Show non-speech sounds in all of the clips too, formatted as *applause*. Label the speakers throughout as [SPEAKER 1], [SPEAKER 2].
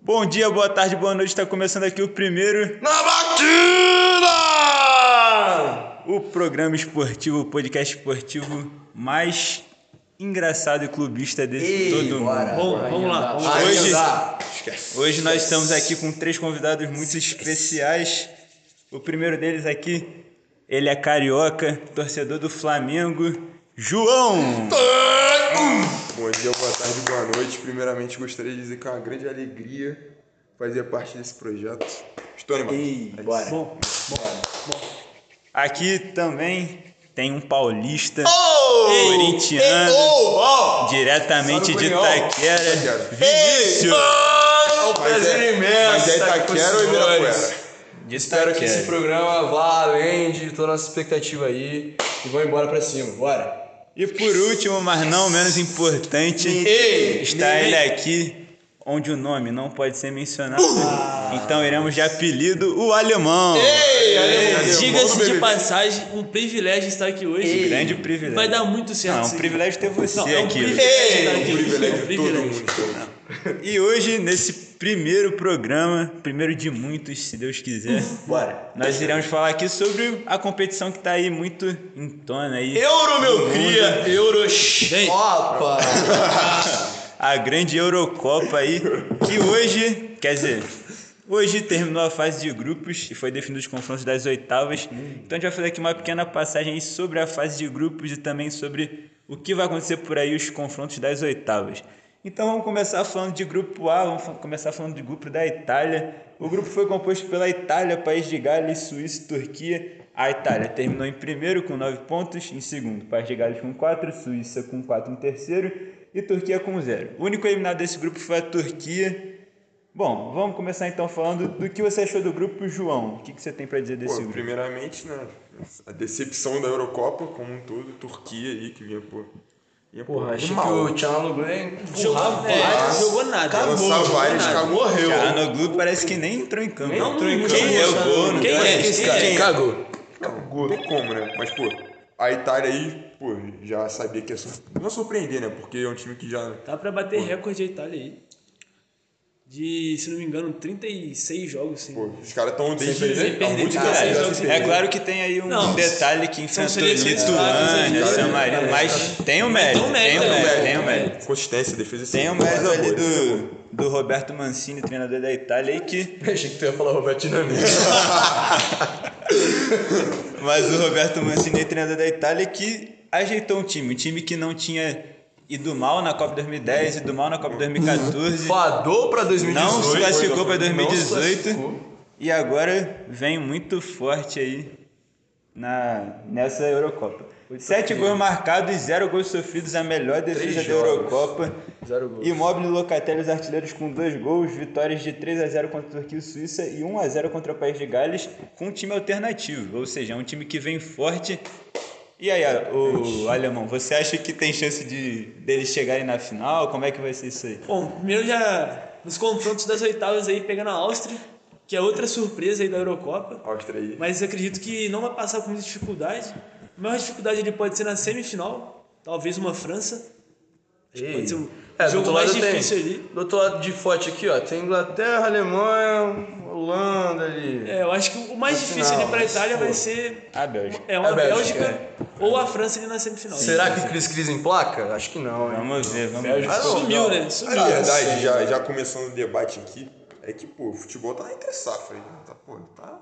[SPEAKER 1] Bom dia, boa tarde, boa noite. Está começando aqui o primeiro,
[SPEAKER 2] Na batida!
[SPEAKER 1] o programa esportivo, o podcast esportivo mais engraçado e clubista desse
[SPEAKER 2] Ih,
[SPEAKER 1] todo
[SPEAKER 2] bora.
[SPEAKER 1] mundo.
[SPEAKER 3] Vamos, vamos lá. Vamos lá.
[SPEAKER 1] Ai. Hoje-
[SPEAKER 2] Esquece.
[SPEAKER 1] Hoje nós estamos aqui com três convidados muito especiais. O primeiro deles aqui, ele é carioca, torcedor do Flamengo, João.
[SPEAKER 4] Bom dia, boa tarde, boa noite. Primeiramente, gostaria de dizer que é uma grande alegria fazer parte desse projeto. Estou animado.
[SPEAKER 2] Ei, bora.
[SPEAKER 3] Bom,
[SPEAKER 1] Aqui também tem um paulista,
[SPEAKER 2] Ei,
[SPEAKER 1] corintiano,
[SPEAKER 2] ei, oh, oh.
[SPEAKER 1] diretamente
[SPEAKER 4] Sabe
[SPEAKER 1] de
[SPEAKER 4] o Cunhão?
[SPEAKER 1] Itaquera,
[SPEAKER 4] Itaquera.
[SPEAKER 1] Vinícius.
[SPEAKER 2] É um
[SPEAKER 4] Mas
[SPEAKER 2] prazer
[SPEAKER 4] é-
[SPEAKER 2] imenso.
[SPEAKER 4] mas é
[SPEAKER 2] estar aqui
[SPEAKER 4] Itaquera
[SPEAKER 2] com os
[SPEAKER 4] ou Ibirapuera?
[SPEAKER 2] senhores.
[SPEAKER 1] de
[SPEAKER 2] Espero que esse
[SPEAKER 1] Itaquera.
[SPEAKER 2] programa vá além de toda a nossa expectativa aí. E vamos embora pra cima, bora.
[SPEAKER 1] E por último, mas não menos importante,
[SPEAKER 2] Ei,
[SPEAKER 1] está
[SPEAKER 2] neném.
[SPEAKER 1] ele aqui, onde o nome não pode ser mencionado. Então iremos de apelido o alemão.
[SPEAKER 2] Ei, alemão.
[SPEAKER 3] Diga-se de
[SPEAKER 4] bebê.
[SPEAKER 3] passagem, um privilégio estar aqui hoje.
[SPEAKER 1] Grande privilégio.
[SPEAKER 3] Vai dar muito certo.
[SPEAKER 1] Não, é
[SPEAKER 3] isso
[SPEAKER 1] um
[SPEAKER 3] aqui.
[SPEAKER 1] privilégio ter você
[SPEAKER 3] Não, é um
[SPEAKER 1] aqui.
[SPEAKER 3] privilégio estar
[SPEAKER 2] Ei,
[SPEAKER 3] aqui.
[SPEAKER 4] Um privilégio
[SPEAKER 3] É
[SPEAKER 4] de todo
[SPEAKER 3] um privilégio.
[SPEAKER 4] mundo. então.
[SPEAKER 1] E hoje, nesse primeiro programa, primeiro de muitos, se Deus quiser,
[SPEAKER 2] Bora.
[SPEAKER 1] nós iremos falar aqui sobre a competição que tá aí muito em tona aí.
[SPEAKER 2] Euro, meu cria. Euro. Opa.
[SPEAKER 1] A grande Eurocopa aí, que hoje, quer dizer, hoje terminou a fase de grupos e foi definido os confrontos das oitavas. Então a gente vai fazer aqui uma pequena passagem aí sobre a fase de grupos e também sobre o que vai acontecer por aí, os confrontos das oitavas. Então vamos começar falando de grupo A, vamos fa- começar falando do grupo da Itália. O grupo foi composto pela Itália, País de Gales, Suíça e Turquia. A Itália terminou em primeiro com 9 pontos, em segundo, País de Gales com 4, Suíça com 4 em terceiro e Turquia com 0. O único eliminado desse grupo foi a Turquia. Bom, vamos começar então falando do que você achou do grupo, João. é O que, que você tem pra dizer desse
[SPEAKER 4] Pô,
[SPEAKER 1] grupo?
[SPEAKER 4] primeiramente, né, a decepção da Eurocopa como um todo, Turquia aí, que vinha, pô. Vinha, pô,
[SPEAKER 2] Porra, achei que
[SPEAKER 4] mal.
[SPEAKER 2] o Tchanoglu ia empurrar
[SPEAKER 3] Jogou, é,
[SPEAKER 2] vários.
[SPEAKER 3] jogou nada.
[SPEAKER 4] Lançar
[SPEAKER 3] Jogou
[SPEAKER 4] vários,
[SPEAKER 1] né,
[SPEAKER 3] nada.
[SPEAKER 4] cagou, morreu.
[SPEAKER 1] Tchanoglu parece que nem entrou em campo.
[SPEAKER 3] Não,
[SPEAKER 2] entrou em
[SPEAKER 3] não
[SPEAKER 2] campo.
[SPEAKER 3] tinha
[SPEAKER 1] Quem é o
[SPEAKER 3] jogado.
[SPEAKER 1] dono?
[SPEAKER 3] Quem é esse cara?
[SPEAKER 1] Quem é?
[SPEAKER 2] Cagou.
[SPEAKER 4] Não tem como, né? Mas, pô, a Itália aí, pô, já sabia que ia sur... não surpreender, né? Porque é um time que já
[SPEAKER 3] Tá pra bater recorde a Itália aí. De, se não me engano, 36 jogos. Sim.
[SPEAKER 4] Pô, os caras estão desde
[SPEAKER 2] Sem perder.
[SPEAKER 4] há muito
[SPEAKER 3] Sem
[SPEAKER 4] tempo. já
[SPEAKER 3] perder. Sem
[SPEAKER 4] se
[SPEAKER 1] É
[SPEAKER 3] perder.
[SPEAKER 4] perdeu.
[SPEAKER 1] claro que tem aí um
[SPEAKER 3] Não,
[SPEAKER 1] detalhe que enfrentou
[SPEAKER 3] seleções
[SPEAKER 1] Lituânia,
[SPEAKER 3] fracas,
[SPEAKER 1] São
[SPEAKER 3] né?
[SPEAKER 1] Marino, mas tem o mérito,
[SPEAKER 3] Então,
[SPEAKER 1] tem o mérito,
[SPEAKER 3] mérito, né?
[SPEAKER 1] tem o mérito.
[SPEAKER 4] Consistência, defesa e
[SPEAKER 1] Tem o
[SPEAKER 4] segundo,
[SPEAKER 1] mérito
[SPEAKER 4] mas,
[SPEAKER 1] ali
[SPEAKER 4] pô,
[SPEAKER 1] do, do Roberto Mancini, treinador da Itália, aí que...
[SPEAKER 2] Achei que tu ia falar Roberto Dinamite.
[SPEAKER 1] Mas o Roberto Mancini, é treinador da Itália, que ajeitou um time, um time que não tinha ido mal na Copa 2010, ido mal na Copa 2014,
[SPEAKER 2] *laughs* Fadou pra 2018.
[SPEAKER 1] não se classificou para
[SPEAKER 2] Não se classificou.
[SPEAKER 1] 2018 e agora vem muito forte aí na, nessa Eurocopa. Sete gols marcados e zero gols sofridos, a melhor defesa da
[SPEAKER 2] jogos.
[SPEAKER 1] Eurocopa.
[SPEAKER 2] Zero gols.
[SPEAKER 1] Immobile e Locatelli, os artilheiros com dois gols, vitórias de 3 a 0 contra a Turquia e Suíça e 1 a 0 contra o País de Gales, com um time alternativo, ou seja, é um time que vem forte. E aí, o alemão, você acha que tem chance de deles chegarem na final? Como é que vai ser isso aí?
[SPEAKER 3] Bom, primeiro já nos confrontos das oitavas aí, pegando a Áustria, que é outra surpresa aí da Eurocopa.
[SPEAKER 4] Áustria aí.
[SPEAKER 3] Mas eu acredito que não vai passar com muita dificuldade. A maior dificuldade ele pode ser na semifinal, talvez uma França. Acho que Pode ser um
[SPEAKER 2] É, do
[SPEAKER 3] jogo
[SPEAKER 2] outro
[SPEAKER 3] mais
[SPEAKER 2] lado tem.
[SPEAKER 3] difícil ali.
[SPEAKER 2] Do outro lado de forte aqui, ó. Tem Inglaterra, Alemanha, Holanda ali.
[SPEAKER 3] É, eu acho que o mais
[SPEAKER 2] Na
[SPEAKER 3] difícil
[SPEAKER 2] final,
[SPEAKER 3] ali para a
[SPEAKER 2] mas,
[SPEAKER 3] Itália
[SPEAKER 2] pô.
[SPEAKER 3] vai ser
[SPEAKER 1] A Bélgica.
[SPEAKER 3] é uma
[SPEAKER 2] A Bélgica,
[SPEAKER 3] Bélgica, ou a França ali na semifinal.
[SPEAKER 2] Será que o Cris Cris em placa? Acho que não, hein?
[SPEAKER 1] Vamos ver, vamos ver.
[SPEAKER 2] Ah, não,
[SPEAKER 3] Sumiu,
[SPEAKER 2] não.
[SPEAKER 3] né?
[SPEAKER 4] A
[SPEAKER 3] Sumiu.
[SPEAKER 4] verdade, já, já começando o debate aqui, é que, pô, o futebol tá entre safra. né? Tá, pô, tá,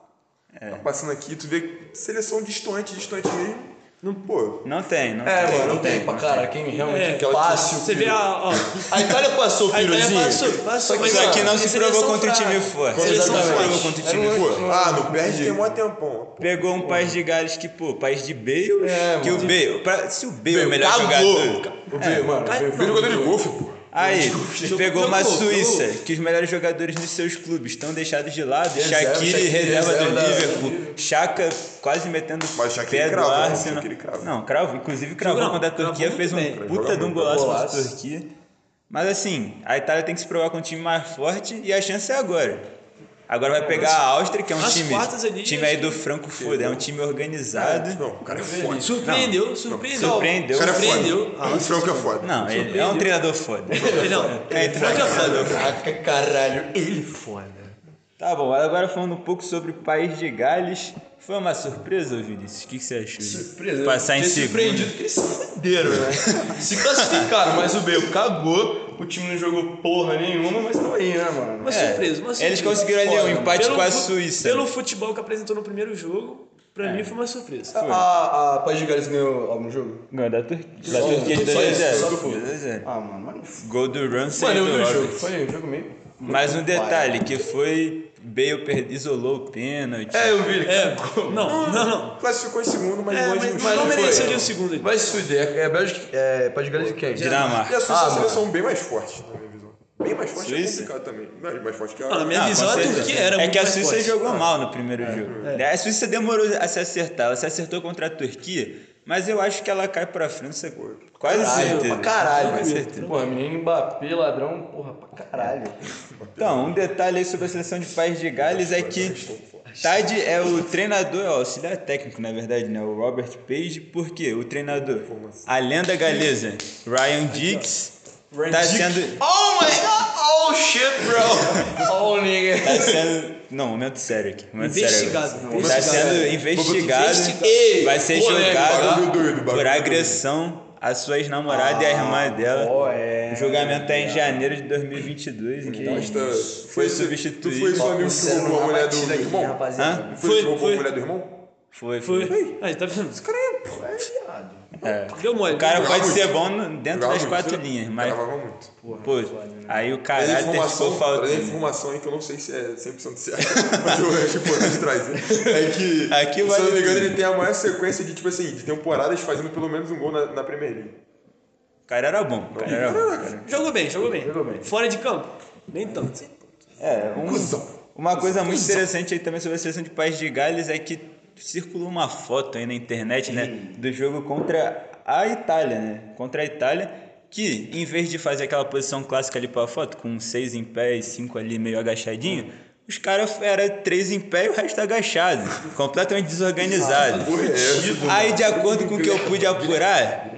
[SPEAKER 3] É.
[SPEAKER 4] tá passando aqui, tu vê seleção distante, distante mesmo. Não, pô,
[SPEAKER 1] Não tem, não
[SPEAKER 2] É,
[SPEAKER 1] tem.
[SPEAKER 2] mano, não tem pra cara. Quem
[SPEAKER 3] É,
[SPEAKER 2] realmente
[SPEAKER 3] aquela-
[SPEAKER 2] passe o
[SPEAKER 3] Você vê
[SPEAKER 2] Piro.
[SPEAKER 3] a. Ó,
[SPEAKER 2] A Itália passou o
[SPEAKER 3] a Itália
[SPEAKER 2] Pirozinho.
[SPEAKER 3] passou, passou.
[SPEAKER 1] Isso
[SPEAKER 3] ó,
[SPEAKER 1] aqui não
[SPEAKER 3] é
[SPEAKER 1] se
[SPEAKER 3] seleção
[SPEAKER 1] provou contra o
[SPEAKER 3] fraca.
[SPEAKER 1] time forte.
[SPEAKER 3] Seleção
[SPEAKER 1] Não se
[SPEAKER 3] fraca.
[SPEAKER 1] provou contra o time
[SPEAKER 2] Era um-
[SPEAKER 1] forte.
[SPEAKER 4] pô, ah, não perde. Tem mó tempão. Pô,
[SPEAKER 1] Pegou um país de Gales que, pô, país de Bale,
[SPEAKER 2] É,
[SPEAKER 1] que o
[SPEAKER 2] mano.
[SPEAKER 1] Bale, pra- se o Bale é o melhor
[SPEAKER 2] Cagou.
[SPEAKER 1] jogador...
[SPEAKER 2] O B, mano.
[SPEAKER 3] É, Cai-
[SPEAKER 2] o B-
[SPEAKER 4] Foi jogador de golfe, pô.
[SPEAKER 1] Aí, pegou uma
[SPEAKER 2] jogou,
[SPEAKER 1] Suíça, que os melhores jogadores dos seus clubes estão deixados de lado.
[SPEAKER 4] é
[SPEAKER 1] Shaqiri,
[SPEAKER 2] Shaqiri,
[SPEAKER 1] reserva do
[SPEAKER 2] reserva da-
[SPEAKER 1] Liverpool. Chaka quase metendo
[SPEAKER 4] Mas o Shaqiri
[SPEAKER 1] pé do
[SPEAKER 4] cravou, né? O
[SPEAKER 1] Arsenal.
[SPEAKER 4] Shaqiri cravou.
[SPEAKER 1] Não, cravo. Inclusive cravou
[SPEAKER 3] Jogou,
[SPEAKER 1] quando a
[SPEAKER 3] cravou
[SPEAKER 1] Turquia
[SPEAKER 3] muito
[SPEAKER 1] fez um
[SPEAKER 3] bem.
[SPEAKER 1] puta
[SPEAKER 4] Jogou
[SPEAKER 1] de um
[SPEAKER 4] muito.
[SPEAKER 1] golaço contra a
[SPEAKER 2] Golaço.
[SPEAKER 1] Turquia. Mas assim, a Itália tem que se provar com um time mais forte e a chance é agora. A Agora vai pegar a Áustria, que é um
[SPEAKER 3] As
[SPEAKER 1] time.
[SPEAKER 3] quartas né? ali,
[SPEAKER 1] time aí
[SPEAKER 3] acho
[SPEAKER 1] do
[SPEAKER 3] que-
[SPEAKER 1] Franco Foda, é um time organizado.
[SPEAKER 4] Não, o cara é foda.
[SPEAKER 3] Surpreendeu, surpreendeu.
[SPEAKER 1] surpreendeu.
[SPEAKER 4] O cara é foda.
[SPEAKER 3] Surpreendeu. Ah,
[SPEAKER 4] O Franco é foda.
[SPEAKER 1] Não, ele é um treinador foda.
[SPEAKER 3] Não,
[SPEAKER 1] É,
[SPEAKER 3] ele foi que é foda.
[SPEAKER 2] Caraca, caralho, ele foda.
[SPEAKER 1] Tá bom, agora falando um pouco sobre o País de Gales. Foi uma surpresa, ô Vinícius? O que, que você achou?
[SPEAKER 2] Surpresa.
[SPEAKER 1] Passar em
[SPEAKER 2] eu fiquei
[SPEAKER 1] segundo.
[SPEAKER 2] surpreendido que eles se fuderam, né? se classificaram, mas o Bale cagou, o time não jogou porra nenhuma, mas tamo aí, né, mano?
[SPEAKER 3] Uma
[SPEAKER 1] É,
[SPEAKER 3] surpresa, uma surpresa.
[SPEAKER 1] Eles conseguiram ali um
[SPEAKER 2] Foda.
[SPEAKER 1] empate
[SPEAKER 3] Pelo
[SPEAKER 1] com a
[SPEAKER 3] fu-
[SPEAKER 1] Suíça. É.
[SPEAKER 3] Pelo futebol que apresentou no primeiro jogo, pra mim foi uma surpresa.
[SPEAKER 2] É, Ah, A, a Paz de Gales ganhou algum jogo?
[SPEAKER 1] Ganhou da, Tur da
[SPEAKER 2] Só-
[SPEAKER 1] Turquia de um,
[SPEAKER 2] só isso, só
[SPEAKER 1] 2x0.
[SPEAKER 2] isso.
[SPEAKER 1] 2x0.
[SPEAKER 2] Ah, mano, mas não f...
[SPEAKER 1] Gol do Ramsey
[SPEAKER 2] Mano,
[SPEAKER 1] e
[SPEAKER 2] eu
[SPEAKER 1] do
[SPEAKER 2] vi o jogo,
[SPEAKER 1] Roberts.
[SPEAKER 2] foi um jogo meio...
[SPEAKER 1] Mas um detalhe, que foi... Bale per- isolou o pênalti.
[SPEAKER 2] É, eu vi ele
[SPEAKER 3] É,
[SPEAKER 2] cagou.
[SPEAKER 3] não, não, não.
[SPEAKER 4] Classificou em segundo, mas
[SPEAKER 3] É,
[SPEAKER 4] longe
[SPEAKER 3] mas,
[SPEAKER 4] do
[SPEAKER 3] mas não
[SPEAKER 4] chute.
[SPEAKER 3] mereceria
[SPEAKER 4] Foi.
[SPEAKER 3] o segundo. ali.
[SPEAKER 2] Vai se fuder, é Bélgica, é Paz de Gales de quem?
[SPEAKER 4] E
[SPEAKER 1] Dinamarca.
[SPEAKER 4] a Suíça é
[SPEAKER 2] Ah,
[SPEAKER 4] uma seleção bem mais forte, na minha visão. Bem mais forte
[SPEAKER 1] Suíça?
[SPEAKER 4] é complicado também. Não, mais forte que a...
[SPEAKER 3] Não, na minha
[SPEAKER 1] Ah, com
[SPEAKER 3] visão, a
[SPEAKER 1] certeza.
[SPEAKER 3] Turquia era
[SPEAKER 1] É
[SPEAKER 3] muito
[SPEAKER 1] que a
[SPEAKER 3] mais
[SPEAKER 1] Suíça
[SPEAKER 3] forte.
[SPEAKER 1] jogou mal no primeiro
[SPEAKER 2] É.
[SPEAKER 1] jogo. A Suíça demorou a se acertar. Ela se acertou contra a Turquia, mas eu acho que ela cai pra França quase
[SPEAKER 2] Caralho,
[SPEAKER 1] certeza.
[SPEAKER 2] pra caralho.
[SPEAKER 1] Com
[SPEAKER 2] mano.
[SPEAKER 1] certeza.
[SPEAKER 2] Porra, menino Mbappé, ladrão, porra, pra caralho.
[SPEAKER 1] Então, um detalhe aí sobre a seleção de País de Gales é que Tade é o treinador, é o auxiliar técnico, na verdade, né? O Robert Page, porque o treinador, a lenda galesa, Ryan Giggs, tá sendo,
[SPEAKER 2] Oh my god, oh shit, bro. Oh, nigga.
[SPEAKER 1] tá sendo. Não, momento sério aqui. um Momento
[SPEAKER 3] Investigado,
[SPEAKER 1] Sério.
[SPEAKER 3] não,
[SPEAKER 1] agora. Tá
[SPEAKER 3] momento
[SPEAKER 1] sendo
[SPEAKER 3] sério.
[SPEAKER 1] investigado.
[SPEAKER 3] Investigado.
[SPEAKER 1] e Vai ser
[SPEAKER 2] Polêmico,
[SPEAKER 1] julgado
[SPEAKER 4] bagulho doido, bagulho
[SPEAKER 1] por
[SPEAKER 4] doido.
[SPEAKER 1] agressão à sua ex-namorada e à irmã dela.
[SPEAKER 2] ó, é.
[SPEAKER 1] O julgamento é em janeiro de 2022, então.
[SPEAKER 4] Mas tá-
[SPEAKER 1] Foi
[SPEAKER 4] você-
[SPEAKER 1] substituído.
[SPEAKER 4] Tu foi seu amigo que
[SPEAKER 2] Você
[SPEAKER 4] roubou a
[SPEAKER 2] não
[SPEAKER 4] mulher do
[SPEAKER 2] batida aqui,
[SPEAKER 4] irmão?
[SPEAKER 2] rapaziada.
[SPEAKER 1] Hã?
[SPEAKER 4] Foi,
[SPEAKER 3] Foi,
[SPEAKER 4] foi, roubou
[SPEAKER 3] foi.
[SPEAKER 4] a mulher do irmão?
[SPEAKER 1] Foi, foi.
[SPEAKER 3] Foi. Aí, tá vendo? Esse cara
[SPEAKER 1] É.
[SPEAKER 3] deu mole.
[SPEAKER 1] O cara
[SPEAKER 4] Jogava
[SPEAKER 1] pode
[SPEAKER 4] muito.
[SPEAKER 1] ser bom no- dentro
[SPEAKER 4] Jogava
[SPEAKER 1] das
[SPEAKER 4] muito,
[SPEAKER 1] quatro
[SPEAKER 4] né?
[SPEAKER 1] linhas, mas.
[SPEAKER 4] Gravava muito.
[SPEAKER 1] Pô, aí o
[SPEAKER 4] Trazendo
[SPEAKER 1] caralho ficou
[SPEAKER 4] informação, trazendo
[SPEAKER 1] faltando.
[SPEAKER 4] informação aí que eu não sei se é 100% certo, *laughs* mas eu acho importante trazer. É que,
[SPEAKER 1] Aqui
[SPEAKER 4] se
[SPEAKER 1] vale
[SPEAKER 4] eu não me engano,
[SPEAKER 1] tudo.
[SPEAKER 4] ele tem a maior sequência de, tipo assim, de temporadas fazendo pelo menos um gol na, na Premier League.
[SPEAKER 1] O cara era bom. O cara era bom.
[SPEAKER 3] Jogou bem, jogou bem.
[SPEAKER 2] Jogou bem.
[SPEAKER 3] Fora de campo, nem tanto.
[SPEAKER 1] É, um- uma coisa muito interessante aí também sobre a seleção de País de Gales é que circulou uma foto aí na internet, né? Do jogo contra a Itália, né? Contra a Itália, que em vez de fazer aquela posição clássica ali pra foto, com seis em pé e cinco ali meio agachadinho, os caras era três em pé e o resto agachado. *laughs* completamente desorganizado.
[SPEAKER 4] Porra, é essa?
[SPEAKER 1] Aí, de acordo com o que eu pude apurar,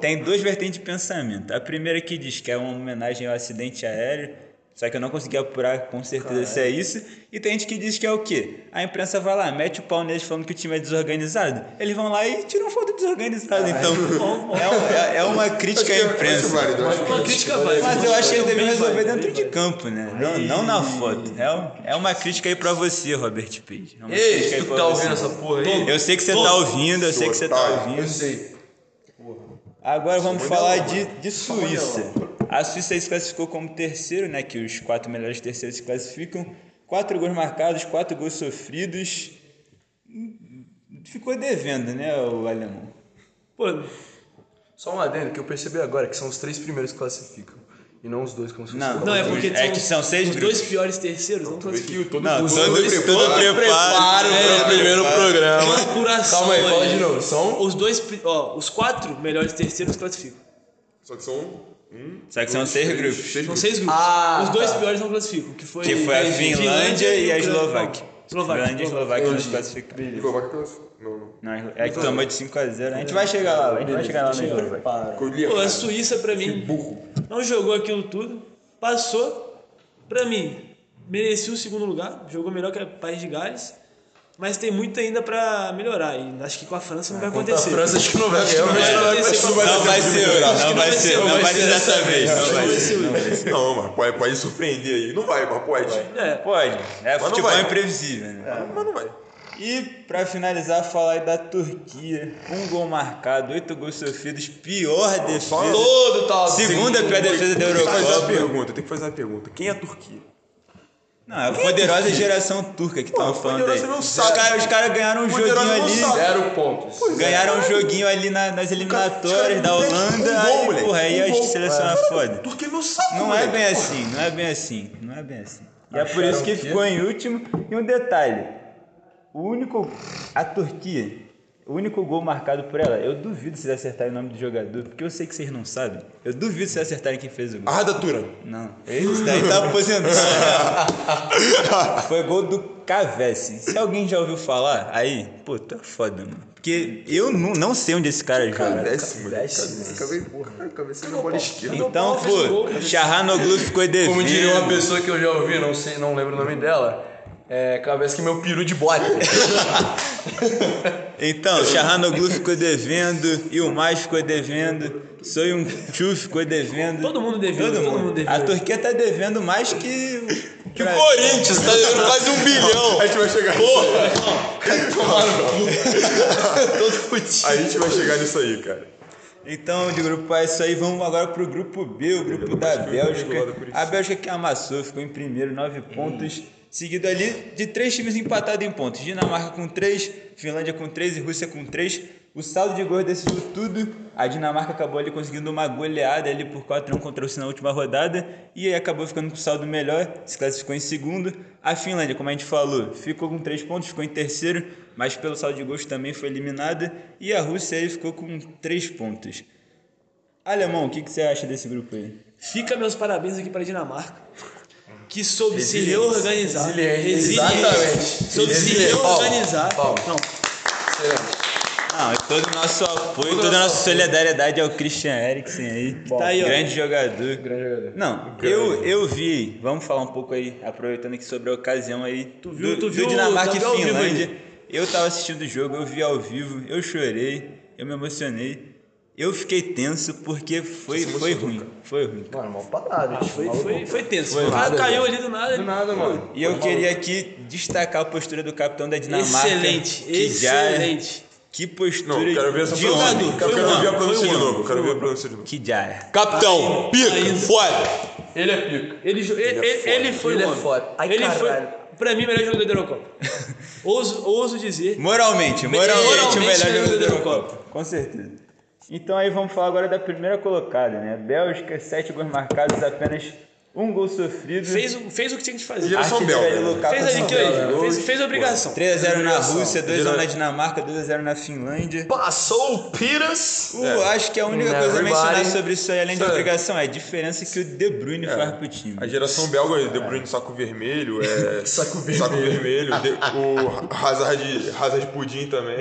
[SPEAKER 1] tem duas vertentes de pensamento. A primeira que diz que é uma homenagem ao acidente aéreo, só que eu não consegui apurar com certeza se é isso. E tem gente que diz que é o quê? A imprensa vai lá, mete o pau neles falando que o time é desorganizado. Eles vão lá e tiram foto desorganizada. Então, é, um- é- é uma
[SPEAKER 4] Acho
[SPEAKER 1] crítica
[SPEAKER 4] que
[SPEAKER 1] à
[SPEAKER 4] é- acho
[SPEAKER 1] imprensa.
[SPEAKER 4] válido, acho
[SPEAKER 3] Uma
[SPEAKER 4] válido.
[SPEAKER 3] crítica vai.
[SPEAKER 1] Mas eu acho que um ele deveria resolver
[SPEAKER 3] Vai,
[SPEAKER 1] dentro de
[SPEAKER 3] vai.
[SPEAKER 1] campo, né? Não, não na foto. É, um- é uma crítica aí pra você, Robert Page. É uma
[SPEAKER 2] Ei,
[SPEAKER 1] crítica aí
[SPEAKER 2] tu que
[SPEAKER 1] pra
[SPEAKER 2] tá
[SPEAKER 1] você.
[SPEAKER 2] ouvindo essa porra aí?
[SPEAKER 1] Eu sei que você tá ouvindo, eu sei que você tá
[SPEAKER 4] otário.
[SPEAKER 1] ouvindo.
[SPEAKER 2] Eu sei.
[SPEAKER 1] Agora vamos falar de, de Suíça. A Suíça aí se classificou como terceiro, né? Que os quatro melhores terceiros se classificam. Quatro gols marcados, quatro gols sofridos. Ficou devendo, né, o alemão?
[SPEAKER 3] Pô,
[SPEAKER 2] Só um adendo que eu percebi agora, que são os três primeiros que classificam. E não os dois como se fosse
[SPEAKER 1] Não.
[SPEAKER 2] o
[SPEAKER 3] não, é
[SPEAKER 1] Os-
[SPEAKER 3] porque
[SPEAKER 1] é que são seis
[SPEAKER 3] os
[SPEAKER 1] grupos.
[SPEAKER 3] dois piores terceiros, não
[SPEAKER 4] Vê que
[SPEAKER 3] classificam.
[SPEAKER 4] o todo
[SPEAKER 1] Não,
[SPEAKER 4] mundo-
[SPEAKER 1] todo, todo preparo.
[SPEAKER 2] pro primeiro programa.
[SPEAKER 3] Apuração
[SPEAKER 2] Calma aí, fala
[SPEAKER 3] aí.
[SPEAKER 2] de novo. São
[SPEAKER 3] Os dois, pri- ó, os quatro melhores terceiros classificam.
[SPEAKER 4] Só que são um,
[SPEAKER 1] Só que são
[SPEAKER 4] dois,
[SPEAKER 1] seis
[SPEAKER 4] três,
[SPEAKER 1] grupos.
[SPEAKER 4] seis
[SPEAKER 3] São
[SPEAKER 4] grupos.
[SPEAKER 3] seis grupos.
[SPEAKER 2] Ah,
[SPEAKER 3] os dois
[SPEAKER 2] tá.
[SPEAKER 3] piores não classificam, que foi,
[SPEAKER 1] Que foi a
[SPEAKER 3] Finlândia,
[SPEAKER 1] né? Finlândia e a
[SPEAKER 3] Ucrânia.
[SPEAKER 1] Eslováquia.
[SPEAKER 3] Eslováquia.
[SPEAKER 1] Finlândia e Eslováquia não se classificaram.
[SPEAKER 4] Eslováquia pela- Não, não.
[SPEAKER 1] Não, é que tomou de 5x0. A gente vai chegar lá, a gente vai chegar lá na Eslováquia.
[SPEAKER 4] Ficou ali,
[SPEAKER 1] é
[SPEAKER 3] Pô, a
[SPEAKER 4] cara.
[SPEAKER 3] Suíça, pra mim, não jogou aquilo tudo, passou, pra mim, merecia o segundo lugar, jogou melhor que a País de Gales, mas tem muito ainda pra melhorar, e acho que com a França não vai
[SPEAKER 2] Contra Ah, a
[SPEAKER 3] acontecer.
[SPEAKER 2] França, acho que não vai. Realmente não vai
[SPEAKER 3] acontecer
[SPEAKER 2] acontecer.
[SPEAKER 3] com a
[SPEAKER 1] Não vai ser hoje, não vai ser, não vai ser dessa vez.
[SPEAKER 3] Acho
[SPEAKER 1] Não
[SPEAKER 3] que não
[SPEAKER 1] vai
[SPEAKER 3] vai
[SPEAKER 1] ser,
[SPEAKER 3] ser
[SPEAKER 1] não
[SPEAKER 3] hoje.
[SPEAKER 1] vai ser.
[SPEAKER 4] Não, mas pode, pode surpreender aí. Não vai, mas pode.
[SPEAKER 3] É,
[SPEAKER 1] Pode, é
[SPEAKER 4] não
[SPEAKER 1] futebol
[SPEAKER 4] vai.
[SPEAKER 1] imprevisível, né?
[SPEAKER 4] Mas não vai.
[SPEAKER 1] E pra finalizar, falar aí da Turquia. Um gol marcado, oito gols sofridos, pior defesa.
[SPEAKER 2] Todo tal.
[SPEAKER 1] Segunda pior defesa da
[SPEAKER 4] Tem que fazer uma
[SPEAKER 1] Eurocopa.
[SPEAKER 4] pergunta, tem que fazer uma pergunta. Quem é a Turquia?
[SPEAKER 1] Não, é a poderosa geração turca que estavam falando aí.
[SPEAKER 4] poderosa não
[SPEAKER 1] Os
[SPEAKER 4] sabe.
[SPEAKER 1] caras os caras ganharam um
[SPEAKER 4] Poderosa
[SPEAKER 1] joguinho
[SPEAKER 4] não
[SPEAKER 1] ali.
[SPEAKER 4] sabe.
[SPEAKER 2] Zero pontos.
[SPEAKER 1] Ganharam um joguinho ali na- nas eliminatórias da
[SPEAKER 4] Os caras
[SPEAKER 1] Holanda.
[SPEAKER 4] metem um gol,
[SPEAKER 1] Aí,
[SPEAKER 4] moleque.
[SPEAKER 1] porra, aí
[SPEAKER 4] Um
[SPEAKER 1] a
[SPEAKER 4] gol.
[SPEAKER 1] seleção é foda.
[SPEAKER 4] Turquia não sabe.
[SPEAKER 1] Não é bem assim, não é bem assim, não é bem assim. E é por isso que ficou em último. E um detalhe: o único. A Turquia. O O único gol marcado por ela, eu duvido vocês acertarem o nome do jogador, porque eu sei que vocês não sabem. Eu duvido vocês acertarem quem fez o gol.
[SPEAKER 4] Arda Turan.
[SPEAKER 1] Não, esse daí tá
[SPEAKER 2] *laughs*
[SPEAKER 1] aposentado. Foi gol do Cavesse. Se alguém já ouviu falar, aí, pô, tu é foda, mano. Porque eu não, não sei onde esse cara joga.
[SPEAKER 4] Décimo. Cabeça na bola esquerda.
[SPEAKER 1] Então, pô, Charranoglu ficou devendo.
[SPEAKER 2] Como diria uma pessoa que eu já ouvi, não sei, não lembro o nome dela. É, cabeça que meu peru de bode.
[SPEAKER 1] Então, Charranoglu ficou devendo, Ilmaz ficou devendo, Soyun Chu ficou devendo.
[SPEAKER 3] Todo mundo devendo, todo mundo devendo.
[SPEAKER 1] A Turquia tá devendo mais que. o-
[SPEAKER 2] Que o Corinthians tá devendo quase um bilhão.
[SPEAKER 4] A gente vai chegar
[SPEAKER 2] Porra,
[SPEAKER 4] *laughs* Todo fudido. A gente vai chegar nisso aí, cara.
[SPEAKER 1] Então, de grupo A é isso aí. Vamos agora pro grupo B, o grupo da Bélgica. A Bélgica que amassou, ficou em primeiro, nove pontos. Seguido ali de três times empatados em pontos. Dinamarca com três, Finlândia com três e Rússia com três. O saldo de gols decidiu tudo. A Dinamarca acabou ali conseguindo uma goleada ali por 4 a 1 contra o Rússia na última rodada. E aí acabou ficando com o saldo melhor, se classificou em segundo. A Finlândia, como a gente falou, ficou com três pontos, ficou em terceiro. Mas pelo saldo de gols também foi eliminada. E a Rússia aí ficou com três pontos. Alemão, o que, que você acha desse grupo aí?
[SPEAKER 3] Fica meus parabéns aqui para Dinamarca, que soube se reorganizar.
[SPEAKER 2] Resiliente,
[SPEAKER 3] Resiliente.
[SPEAKER 2] exatamente.
[SPEAKER 3] Soube se
[SPEAKER 2] Resiliente. Palma,
[SPEAKER 3] reorganizar.
[SPEAKER 2] palma.
[SPEAKER 3] Não,
[SPEAKER 1] Não, todo o nosso apoio,
[SPEAKER 2] Todo
[SPEAKER 1] toda a
[SPEAKER 2] nosso
[SPEAKER 1] nossa solidariedade ao Christian Eriksen aí. que
[SPEAKER 3] Tá aí, ó.
[SPEAKER 1] grande jogador.
[SPEAKER 2] Grande jogador.
[SPEAKER 1] Não, eu, eu vi, vamos falar um pouco aí, aproveitando aqui sobre a ocasião aí. Tu
[SPEAKER 3] viu-
[SPEAKER 1] do,
[SPEAKER 3] tu
[SPEAKER 1] do
[SPEAKER 3] viu o
[SPEAKER 1] Dinamarca e
[SPEAKER 3] jogo ao vivo aí?
[SPEAKER 1] Finlândia. Eu tava assistindo o jogo, eu vi ao vivo, eu chorei, eu me emocionei. Eu fiquei tenso porque foi, foi ruim. Foi ruim.
[SPEAKER 2] Mano, mal parado. bicho.
[SPEAKER 3] foi,
[SPEAKER 2] Maluco.
[SPEAKER 3] foi, foi tenso.
[SPEAKER 2] Foi
[SPEAKER 3] o cara
[SPEAKER 2] nada,
[SPEAKER 3] caiu
[SPEAKER 2] velho.
[SPEAKER 3] ali do nada.
[SPEAKER 2] Do
[SPEAKER 3] ele-
[SPEAKER 2] nada, mano.
[SPEAKER 1] E eu queria aqui destacar a postura do capitão da Dinamarca.
[SPEAKER 3] Excelente,
[SPEAKER 1] que
[SPEAKER 3] é
[SPEAKER 1] já-
[SPEAKER 3] excelente.
[SPEAKER 1] que postura
[SPEAKER 4] Não, quero ver essa
[SPEAKER 1] de
[SPEAKER 4] pronúncia.
[SPEAKER 1] homem.
[SPEAKER 4] Quero,
[SPEAKER 3] Foi
[SPEAKER 4] quero
[SPEAKER 3] um
[SPEAKER 4] ver a
[SPEAKER 3] ano,
[SPEAKER 4] pronúncia
[SPEAKER 3] foi um
[SPEAKER 4] de
[SPEAKER 3] ano,
[SPEAKER 4] novo. Quero ver a pronúncia de novo.
[SPEAKER 1] Que já é. era.
[SPEAKER 5] Capitão, pica,
[SPEAKER 3] Aí-
[SPEAKER 5] fora.
[SPEAKER 2] Ele é pico.
[SPEAKER 3] Ele, jo- ele,
[SPEAKER 4] é
[SPEAKER 3] ele,
[SPEAKER 4] foda.
[SPEAKER 3] ele foi
[SPEAKER 2] Ele
[SPEAKER 3] o
[SPEAKER 2] é
[SPEAKER 3] homem.
[SPEAKER 2] foda. Ai,
[SPEAKER 3] ele foi,
[SPEAKER 2] caralho.
[SPEAKER 3] pra mim, o melhor jogador da Eurocopa. ouso, ouso dizer.
[SPEAKER 1] Moralmente, moralmente,
[SPEAKER 3] Moralmente,
[SPEAKER 1] o
[SPEAKER 3] né?
[SPEAKER 1] melhor
[SPEAKER 3] melhor
[SPEAKER 1] jogador da
[SPEAKER 3] jogador da
[SPEAKER 1] Eurocopa. Com certeza. Então aí vamos falar agora da primeira colocada, né? Bélgica, sete gols marcados, apenas um gol sofrido.
[SPEAKER 3] Fez, o- fez o que tinha que fazer.
[SPEAKER 4] E eles são
[SPEAKER 1] Artilheiro
[SPEAKER 4] belgas,
[SPEAKER 1] aí,
[SPEAKER 4] né?
[SPEAKER 1] Lukaku
[SPEAKER 3] Fez ali
[SPEAKER 1] são
[SPEAKER 3] que
[SPEAKER 1] belgas.
[SPEAKER 3] fez, fez a obrigação.
[SPEAKER 1] 3x0 na Rússia, 2x1 na Dinamarca, 2x0 na Finlândia.
[SPEAKER 2] Passou o
[SPEAKER 3] É.
[SPEAKER 2] Piras.
[SPEAKER 1] Uh, acho que a única
[SPEAKER 2] Não,
[SPEAKER 1] coisa a mencionar
[SPEAKER 2] everybody.
[SPEAKER 1] sobre isso aí, além de
[SPEAKER 4] Sério.
[SPEAKER 1] obrigação, é a diferença que o De Bruyne faz pro time.
[SPEAKER 4] A geração belga deu Bruyne saco vermelho, é. *laughs* saco vermelho. de- o Hazard, Hazard Pudim também.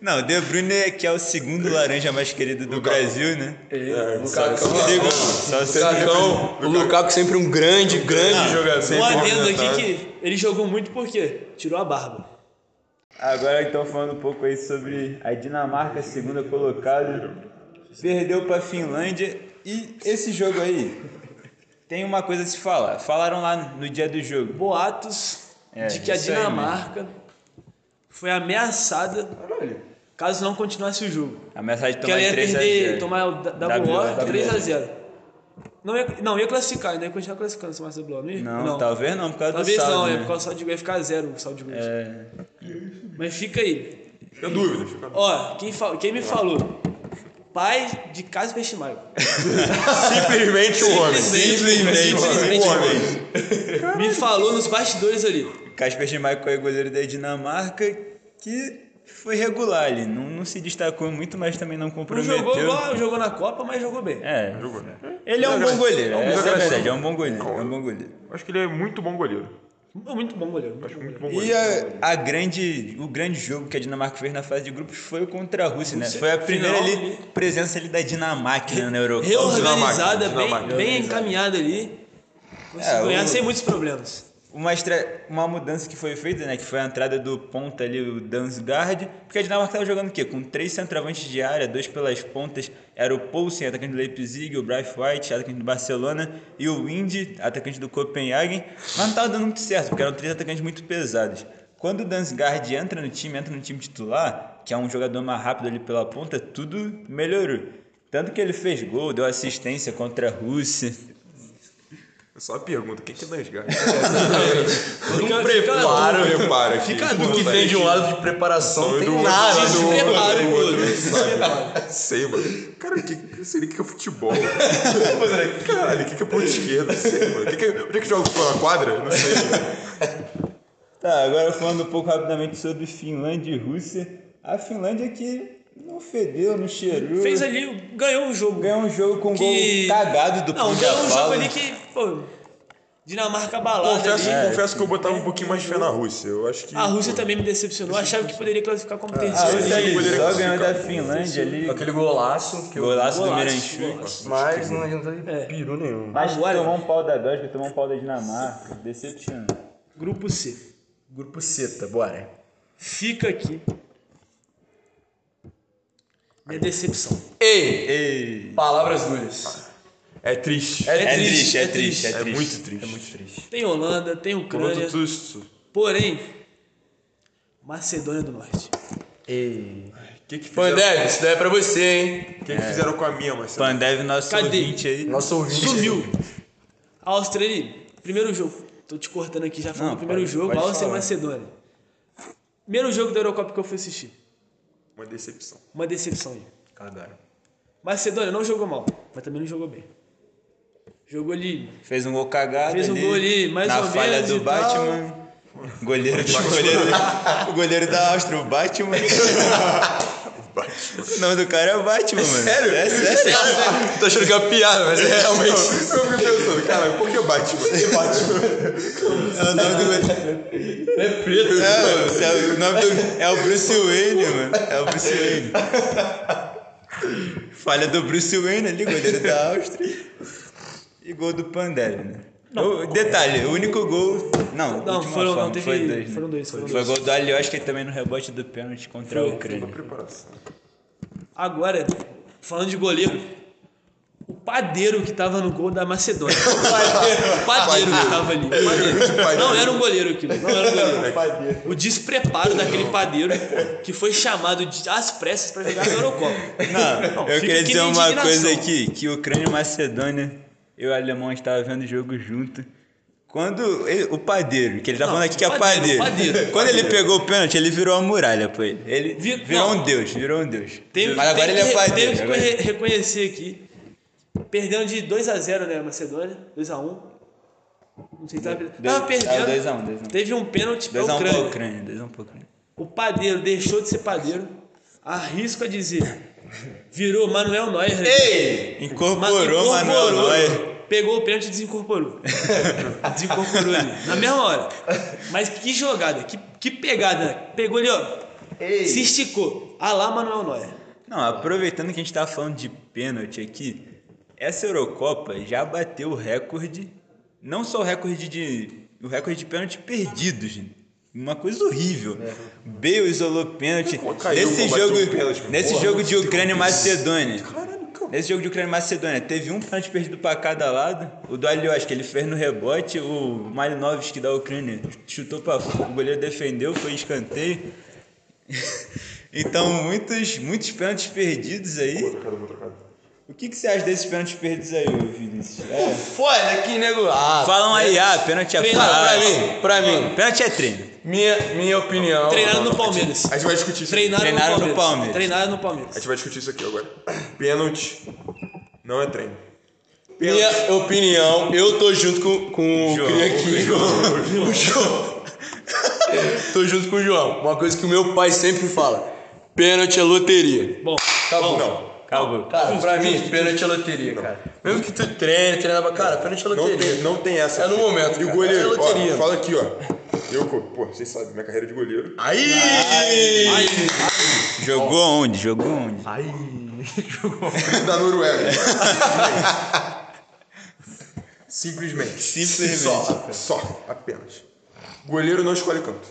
[SPEAKER 1] Não, o De Bruyne que é o segundo laranja mais querido do Brasil, né?
[SPEAKER 4] É,
[SPEAKER 2] Lukaku.
[SPEAKER 4] sabe?
[SPEAKER 1] Digo, só se-
[SPEAKER 2] Lucacão, o Lukaku sempre um grande, grande jogador.
[SPEAKER 3] Um
[SPEAKER 4] Sempre
[SPEAKER 3] adendo
[SPEAKER 4] movimentado.
[SPEAKER 3] aqui que ele jogou muito porque tirou a barba.
[SPEAKER 1] Agora então falando um pouco aí sobre a Dinamarca, segunda colocada, perdeu para a Finlândia e esse jogo aí tem uma coisa a se falar. Falaram lá no dia do jogo.
[SPEAKER 3] Boatos
[SPEAKER 1] É,
[SPEAKER 3] de que a
[SPEAKER 1] isso aí
[SPEAKER 3] Dinamarca foi ameaçada caso não continuasse o jogo.
[SPEAKER 1] A mensagem de
[SPEAKER 3] Que
[SPEAKER 1] tomar
[SPEAKER 3] ela ia
[SPEAKER 1] de 3 Então, é a
[SPEAKER 3] perder,
[SPEAKER 1] 0.
[SPEAKER 3] tomar o é da- double
[SPEAKER 1] Double,
[SPEAKER 3] OR
[SPEAKER 1] double.
[SPEAKER 3] 3x0. Não ia, não, ia classificar, ainda ia continuar classificando se tomasse double OR, não ia?
[SPEAKER 1] Não, talvez não, por causa
[SPEAKER 3] Talvez
[SPEAKER 1] do saldo,
[SPEAKER 3] não, é
[SPEAKER 1] né?
[SPEAKER 3] por causa do saldo de gol, ia ficar zero o saldo de gols.
[SPEAKER 1] É,
[SPEAKER 3] Mas fica aí.
[SPEAKER 4] Tenho dúvida, fica
[SPEAKER 3] Ó, quem, fa- quem me falou? Pai de Cássio Peixemaio.
[SPEAKER 4] Simplesmente um
[SPEAKER 3] *laughs*
[SPEAKER 4] homem.
[SPEAKER 1] né,
[SPEAKER 3] Simplesmente,
[SPEAKER 4] um homem.
[SPEAKER 3] Me falou nos bastidores ali.
[SPEAKER 1] Kasper Schmeichel é goleiro da Dinamarca que foi regular ali, não, não se destacou muito, mas também não
[SPEAKER 3] Não
[SPEAKER 1] comprometeu.
[SPEAKER 3] jogou igual, jogou na Copa, mas jogou bem.
[SPEAKER 1] É. Ele é um bom goleiro, essa é a verdade, é um bom goleiro, é um bom goleiro.
[SPEAKER 4] Acho que ele é muito bom goleiro.
[SPEAKER 3] É Muito bom goleiro. Muito bom
[SPEAKER 4] Muito
[SPEAKER 3] goleiro.
[SPEAKER 4] bom goleiro.
[SPEAKER 1] E a, a grande, o grande jogo que a Dinamarca fez na fase de grupos foi contra a Rússia, né? Foi a primeira
[SPEAKER 3] final.
[SPEAKER 1] ali, presença ali da Dinamarca né, na Europa.
[SPEAKER 4] Dinamarca,
[SPEAKER 3] Reorganizada,
[SPEAKER 4] Dinamarca.
[SPEAKER 3] bem, bem encaminhada ali. Conseguiu
[SPEAKER 1] É,
[SPEAKER 3] ganhar
[SPEAKER 1] o-
[SPEAKER 3] sem muitos problemas.
[SPEAKER 1] Uma, estra- uma mudança que foi feita, né? Que foi a entrada do ponta ali, o Dansgaard. Porque a Dinamarca estava jogando o quê? Com três centroavantes de área, dois pelas pontas. Era o Poulsen, atacante do Leipzig, o Bryce White, atacante do Barcelona, e o Windy, atacante do Copenhagen. Mas não estava dando muito certo, porque eram três atacantes muito pesados. Quando o Dansgaard entra no time, entra no time titular, que é um jogador mais rápido ali pela ponta, tudo melhorou. Tanto que ele fez gol, deu assistência contra a Rússia.
[SPEAKER 4] Só uma pergunta, quem que é Dansgar?
[SPEAKER 3] Fica-
[SPEAKER 2] preparo.
[SPEAKER 3] fica-
[SPEAKER 4] Prepara aqui.
[SPEAKER 3] Fica
[SPEAKER 4] Pô,
[SPEAKER 2] O que tem de um lado de preparação
[SPEAKER 4] Não,
[SPEAKER 2] não
[SPEAKER 4] e do
[SPEAKER 2] tem
[SPEAKER 4] outro
[SPEAKER 2] nada.
[SPEAKER 4] lado,
[SPEAKER 2] do-
[SPEAKER 3] Despreparo,
[SPEAKER 4] do
[SPEAKER 3] pô.
[SPEAKER 4] outro, sabe? Sei, mano. Cara, o que, eu sei nem o que é futebol. Caralho, o que que é ponta esquerda? Sei, mano. O que que é- onde é que joga o futebol na quadra? Não sei.
[SPEAKER 1] Tá, agora falando um pouco rapidamente sobre Finlândia e Rússia. A Finlândia que não fedeu, não cheirou.
[SPEAKER 3] Fez ali, ganhou o jogo.
[SPEAKER 1] Ganhou um jogo com um
[SPEAKER 3] Que-
[SPEAKER 1] gol cagado do
[SPEAKER 3] Não,
[SPEAKER 1] Pujol.
[SPEAKER 3] ganhou um jogo ali que, pô, Dinamarca abalada.
[SPEAKER 4] *laughs* Confesso,
[SPEAKER 3] ali.
[SPEAKER 4] confesso que eu botava um pouquinho mais de fé na Rússia. Eu acho que.
[SPEAKER 3] A Rússia também me decepcionou. Achava que poderia classificar como terceiro.
[SPEAKER 1] A Rússia
[SPEAKER 4] Sim,
[SPEAKER 1] ali
[SPEAKER 4] poderia
[SPEAKER 1] Ah, só ganhou da
[SPEAKER 4] classificar.
[SPEAKER 1] Finlândia ali.
[SPEAKER 2] Aquele golaço que eu.
[SPEAKER 1] Golaço do
[SPEAKER 3] Golaço,
[SPEAKER 1] Miranchu.
[SPEAKER 3] golaço.
[SPEAKER 2] Mas não adiantou de
[SPEAKER 3] É.
[SPEAKER 2] peru nenhum.
[SPEAKER 1] Mas
[SPEAKER 3] Agora-
[SPEAKER 1] tomou um pau da Bélgica, tomou um pau da Dinamarca. Decepcionante.
[SPEAKER 3] Grupo C.
[SPEAKER 2] Grupo
[SPEAKER 1] tá,
[SPEAKER 2] Seta, bora.
[SPEAKER 3] Fica aqui. Minha decepção.
[SPEAKER 2] Ei!
[SPEAKER 1] Ei.
[SPEAKER 2] Palavras duras.
[SPEAKER 4] É triste.
[SPEAKER 1] É triste, é triste, é
[SPEAKER 4] É
[SPEAKER 1] triste.
[SPEAKER 4] muito triste.
[SPEAKER 2] É muito triste.
[SPEAKER 3] Tem Holanda, tem Ucrânia.
[SPEAKER 4] Muito triste.
[SPEAKER 3] Porém, Macedônia do Norte.
[SPEAKER 2] Ei.
[SPEAKER 4] O que, que, fizeram,
[SPEAKER 2] Pandev, isso daí é pra você, hein?
[SPEAKER 4] o que, que fizeram com a minha, mas é
[SPEAKER 1] Pandev, nosso
[SPEAKER 3] Cadê?
[SPEAKER 1] ouvinte aí.
[SPEAKER 2] Nosso ouvinte.
[SPEAKER 3] Sumiu. Áustria ali, primeiro jogo. Tô te cortando aqui já falando
[SPEAKER 1] Não,
[SPEAKER 3] do primeiro
[SPEAKER 1] pode-
[SPEAKER 3] jogo,
[SPEAKER 1] pode
[SPEAKER 3] Áustria e
[SPEAKER 1] falar.
[SPEAKER 3] Macedônia. Primeiro jogo da Eurocopa que eu fui assistir.
[SPEAKER 4] Uma decepção.
[SPEAKER 3] Uma decepção aí.
[SPEAKER 2] Cagaram.
[SPEAKER 3] Macedônia não jogou mal, mas também não jogou bem. Jogou ali.
[SPEAKER 1] Fez um gol cagado
[SPEAKER 3] Fez um
[SPEAKER 1] ali,
[SPEAKER 3] gol ali, mais
[SPEAKER 1] na
[SPEAKER 3] ou
[SPEAKER 1] falha
[SPEAKER 3] menos
[SPEAKER 1] do
[SPEAKER 3] e tal.
[SPEAKER 1] Batman. Goleiro, do- goleiro- o goleiro da Áustria, o Batman. O nome do cara é o Batman, mano.
[SPEAKER 2] Sério?
[SPEAKER 1] É sério.
[SPEAKER 2] Tô achando que é uma piada, mas é realmente.
[SPEAKER 4] Eu fiquei pensando, cara, por que Batman? Por que Batman?
[SPEAKER 1] É o nome do,
[SPEAKER 2] É preto.
[SPEAKER 1] é, o- é, o nome do- é o Bruce Wayne, mano. É o Bruce Wayne. Falha do Bruce Wayne ali, goleiro da Áustria. E gol do Pandev, né? O- detalhe, o único gol. Não,
[SPEAKER 3] Não,
[SPEAKER 1] última
[SPEAKER 3] foram- não,
[SPEAKER 1] forma,
[SPEAKER 3] teve-
[SPEAKER 1] foi dois. né?
[SPEAKER 3] foram dois, foram
[SPEAKER 1] foi
[SPEAKER 3] dois.
[SPEAKER 1] gol do Alioski também no rebote do pênalti contra a Ucrânia.
[SPEAKER 4] Preparação.
[SPEAKER 3] Agora, falando de goleiro, o padeiro que tava no gol
[SPEAKER 1] *laughs*
[SPEAKER 3] da Macedônia. o padeiro que tava ali. o padeiro. Não era um goleiro aquilo, não era um goleiro. O despreparo daquele padeiro que foi chamado de, às pressas pra jogar na Eurocopa. *laughs*
[SPEAKER 1] Não, eu
[SPEAKER 3] fica
[SPEAKER 1] queria
[SPEAKER 3] aqui
[SPEAKER 1] dizer
[SPEAKER 3] minha
[SPEAKER 1] uma
[SPEAKER 3] indignação.
[SPEAKER 1] coisa aqui, que Ucrânia e Macedônia, eu e o Alemão estava vendo o jogo junto. Quando ele- o padeiro, que ele tá
[SPEAKER 3] Não,
[SPEAKER 1] falando aqui que é padeiro.
[SPEAKER 3] padeiro,
[SPEAKER 1] *laughs*
[SPEAKER 3] padeiro,
[SPEAKER 1] Quando ele pegou o pênalti, ele virou uma muralha, pô. Ele
[SPEAKER 3] Vi-
[SPEAKER 1] virou
[SPEAKER 3] não.
[SPEAKER 1] um deus, virou um deus.
[SPEAKER 3] Tenho,
[SPEAKER 1] Mas agora
[SPEAKER 3] tenho
[SPEAKER 1] ele é
[SPEAKER 3] que, re-
[SPEAKER 1] padeiro.
[SPEAKER 3] Tenho que
[SPEAKER 1] agora-
[SPEAKER 3] re- reconhecer aqui. Perdendo de 2x0, né, a Macedônia? 2x1. Não sei se tava perdendo.
[SPEAKER 1] Dois-
[SPEAKER 3] Tava perdendo.
[SPEAKER 1] ah, 2x1, 2x1.
[SPEAKER 3] Teve um pênalti pra
[SPEAKER 1] Dois a um pra
[SPEAKER 3] Ucrânia.
[SPEAKER 1] Ucrânia, dois a um pra Ucrânia.
[SPEAKER 3] O padeiro deixou de ser padeiro. Arrisco a dizer. Virou Manuel Neuer. né?
[SPEAKER 2] Ei!
[SPEAKER 3] Ma-
[SPEAKER 1] Incorporou, Manuel
[SPEAKER 3] incorporou.
[SPEAKER 1] Neuer.
[SPEAKER 3] Pegou o pênalti e desincorporou.
[SPEAKER 1] *laughs*
[SPEAKER 3] desincorporou ali. Na mesma hora. Mas que jogada, que, que pegada. Pegou ali, ó.
[SPEAKER 2] Ei.
[SPEAKER 3] Se esticou. Ah lá, Manuel Neuer.
[SPEAKER 1] Não, aproveitando que a gente tá falando de pênalti aqui, essa Eurocopa já bateu o recorde, não só o recorde de o recorde de pênalti perdidos, né? uma coisa horrível. Bale isolou pênalti
[SPEAKER 4] É. Caiu,
[SPEAKER 1] nesse
[SPEAKER 4] combateu
[SPEAKER 1] jogo,
[SPEAKER 4] um pênalti,
[SPEAKER 1] nesse
[SPEAKER 4] porra.
[SPEAKER 1] jogo de Ucrânia e Macedônia.
[SPEAKER 4] Caralho, cara.
[SPEAKER 1] Nesse jogo de Ucrânia e Macedônia, teve um pênalti perdido pra cada lado. O do Alioski, ele fez no rebote. O Malinovski da Ucrânia chutou pra fora. O goleiro defendeu, foi escanteio. então, muitos, muitos pênaltis perdidos aí.
[SPEAKER 4] Trocado, vou trocado.
[SPEAKER 1] O que, que você acha desses pênaltis perdidos aí, ô Vinícius? É.
[SPEAKER 2] Foda que nego. Ah,
[SPEAKER 1] Falam aí, ah, pênalti é
[SPEAKER 2] Cara, pra
[SPEAKER 1] parado.
[SPEAKER 2] mim, pra mim.
[SPEAKER 1] Pênalti é treino.
[SPEAKER 2] Minha, minha opinião.
[SPEAKER 3] Treinaram no Palmeiras.
[SPEAKER 4] A gente vai discutir isso.
[SPEAKER 3] Treinaram,
[SPEAKER 1] Treinaram
[SPEAKER 3] no, Palmeiras.
[SPEAKER 1] no Palmeiras.
[SPEAKER 3] Treinaram no
[SPEAKER 4] A
[SPEAKER 3] Palmeiras.
[SPEAKER 4] gente vai discutir isso aqui agora. Pênalti não é treino.
[SPEAKER 2] Minha opinião, eu tô junto com, com o
[SPEAKER 1] João.
[SPEAKER 2] Cria aqui. O João. tô junto com o João. Uma coisa que o meu pai sempre fala: pênalti é loteria.
[SPEAKER 3] Bom,
[SPEAKER 2] Acabou.
[SPEAKER 4] Não.
[SPEAKER 1] Calma.
[SPEAKER 2] Cara, pra mim, pênalti é loteria, cara. Mesmo que tu treine, treina pra cara, pênalti é
[SPEAKER 4] Não
[SPEAKER 2] loteria.
[SPEAKER 4] tem, não tem essa.
[SPEAKER 2] É no momento,
[SPEAKER 4] E o
[SPEAKER 2] cara. É
[SPEAKER 4] goleiro,
[SPEAKER 2] loteria.
[SPEAKER 4] ó, fala aqui, ó. Eu, pô, vocês sabem, minha carreira é de goleiro.
[SPEAKER 2] Aí!
[SPEAKER 1] Jogou onde? Jogou onde?
[SPEAKER 2] Aí!
[SPEAKER 4] *laughs* da Noruega. Simplesmente.
[SPEAKER 1] Simplesmente.
[SPEAKER 4] Só, só, apenas. Goleiro não escolhe canto.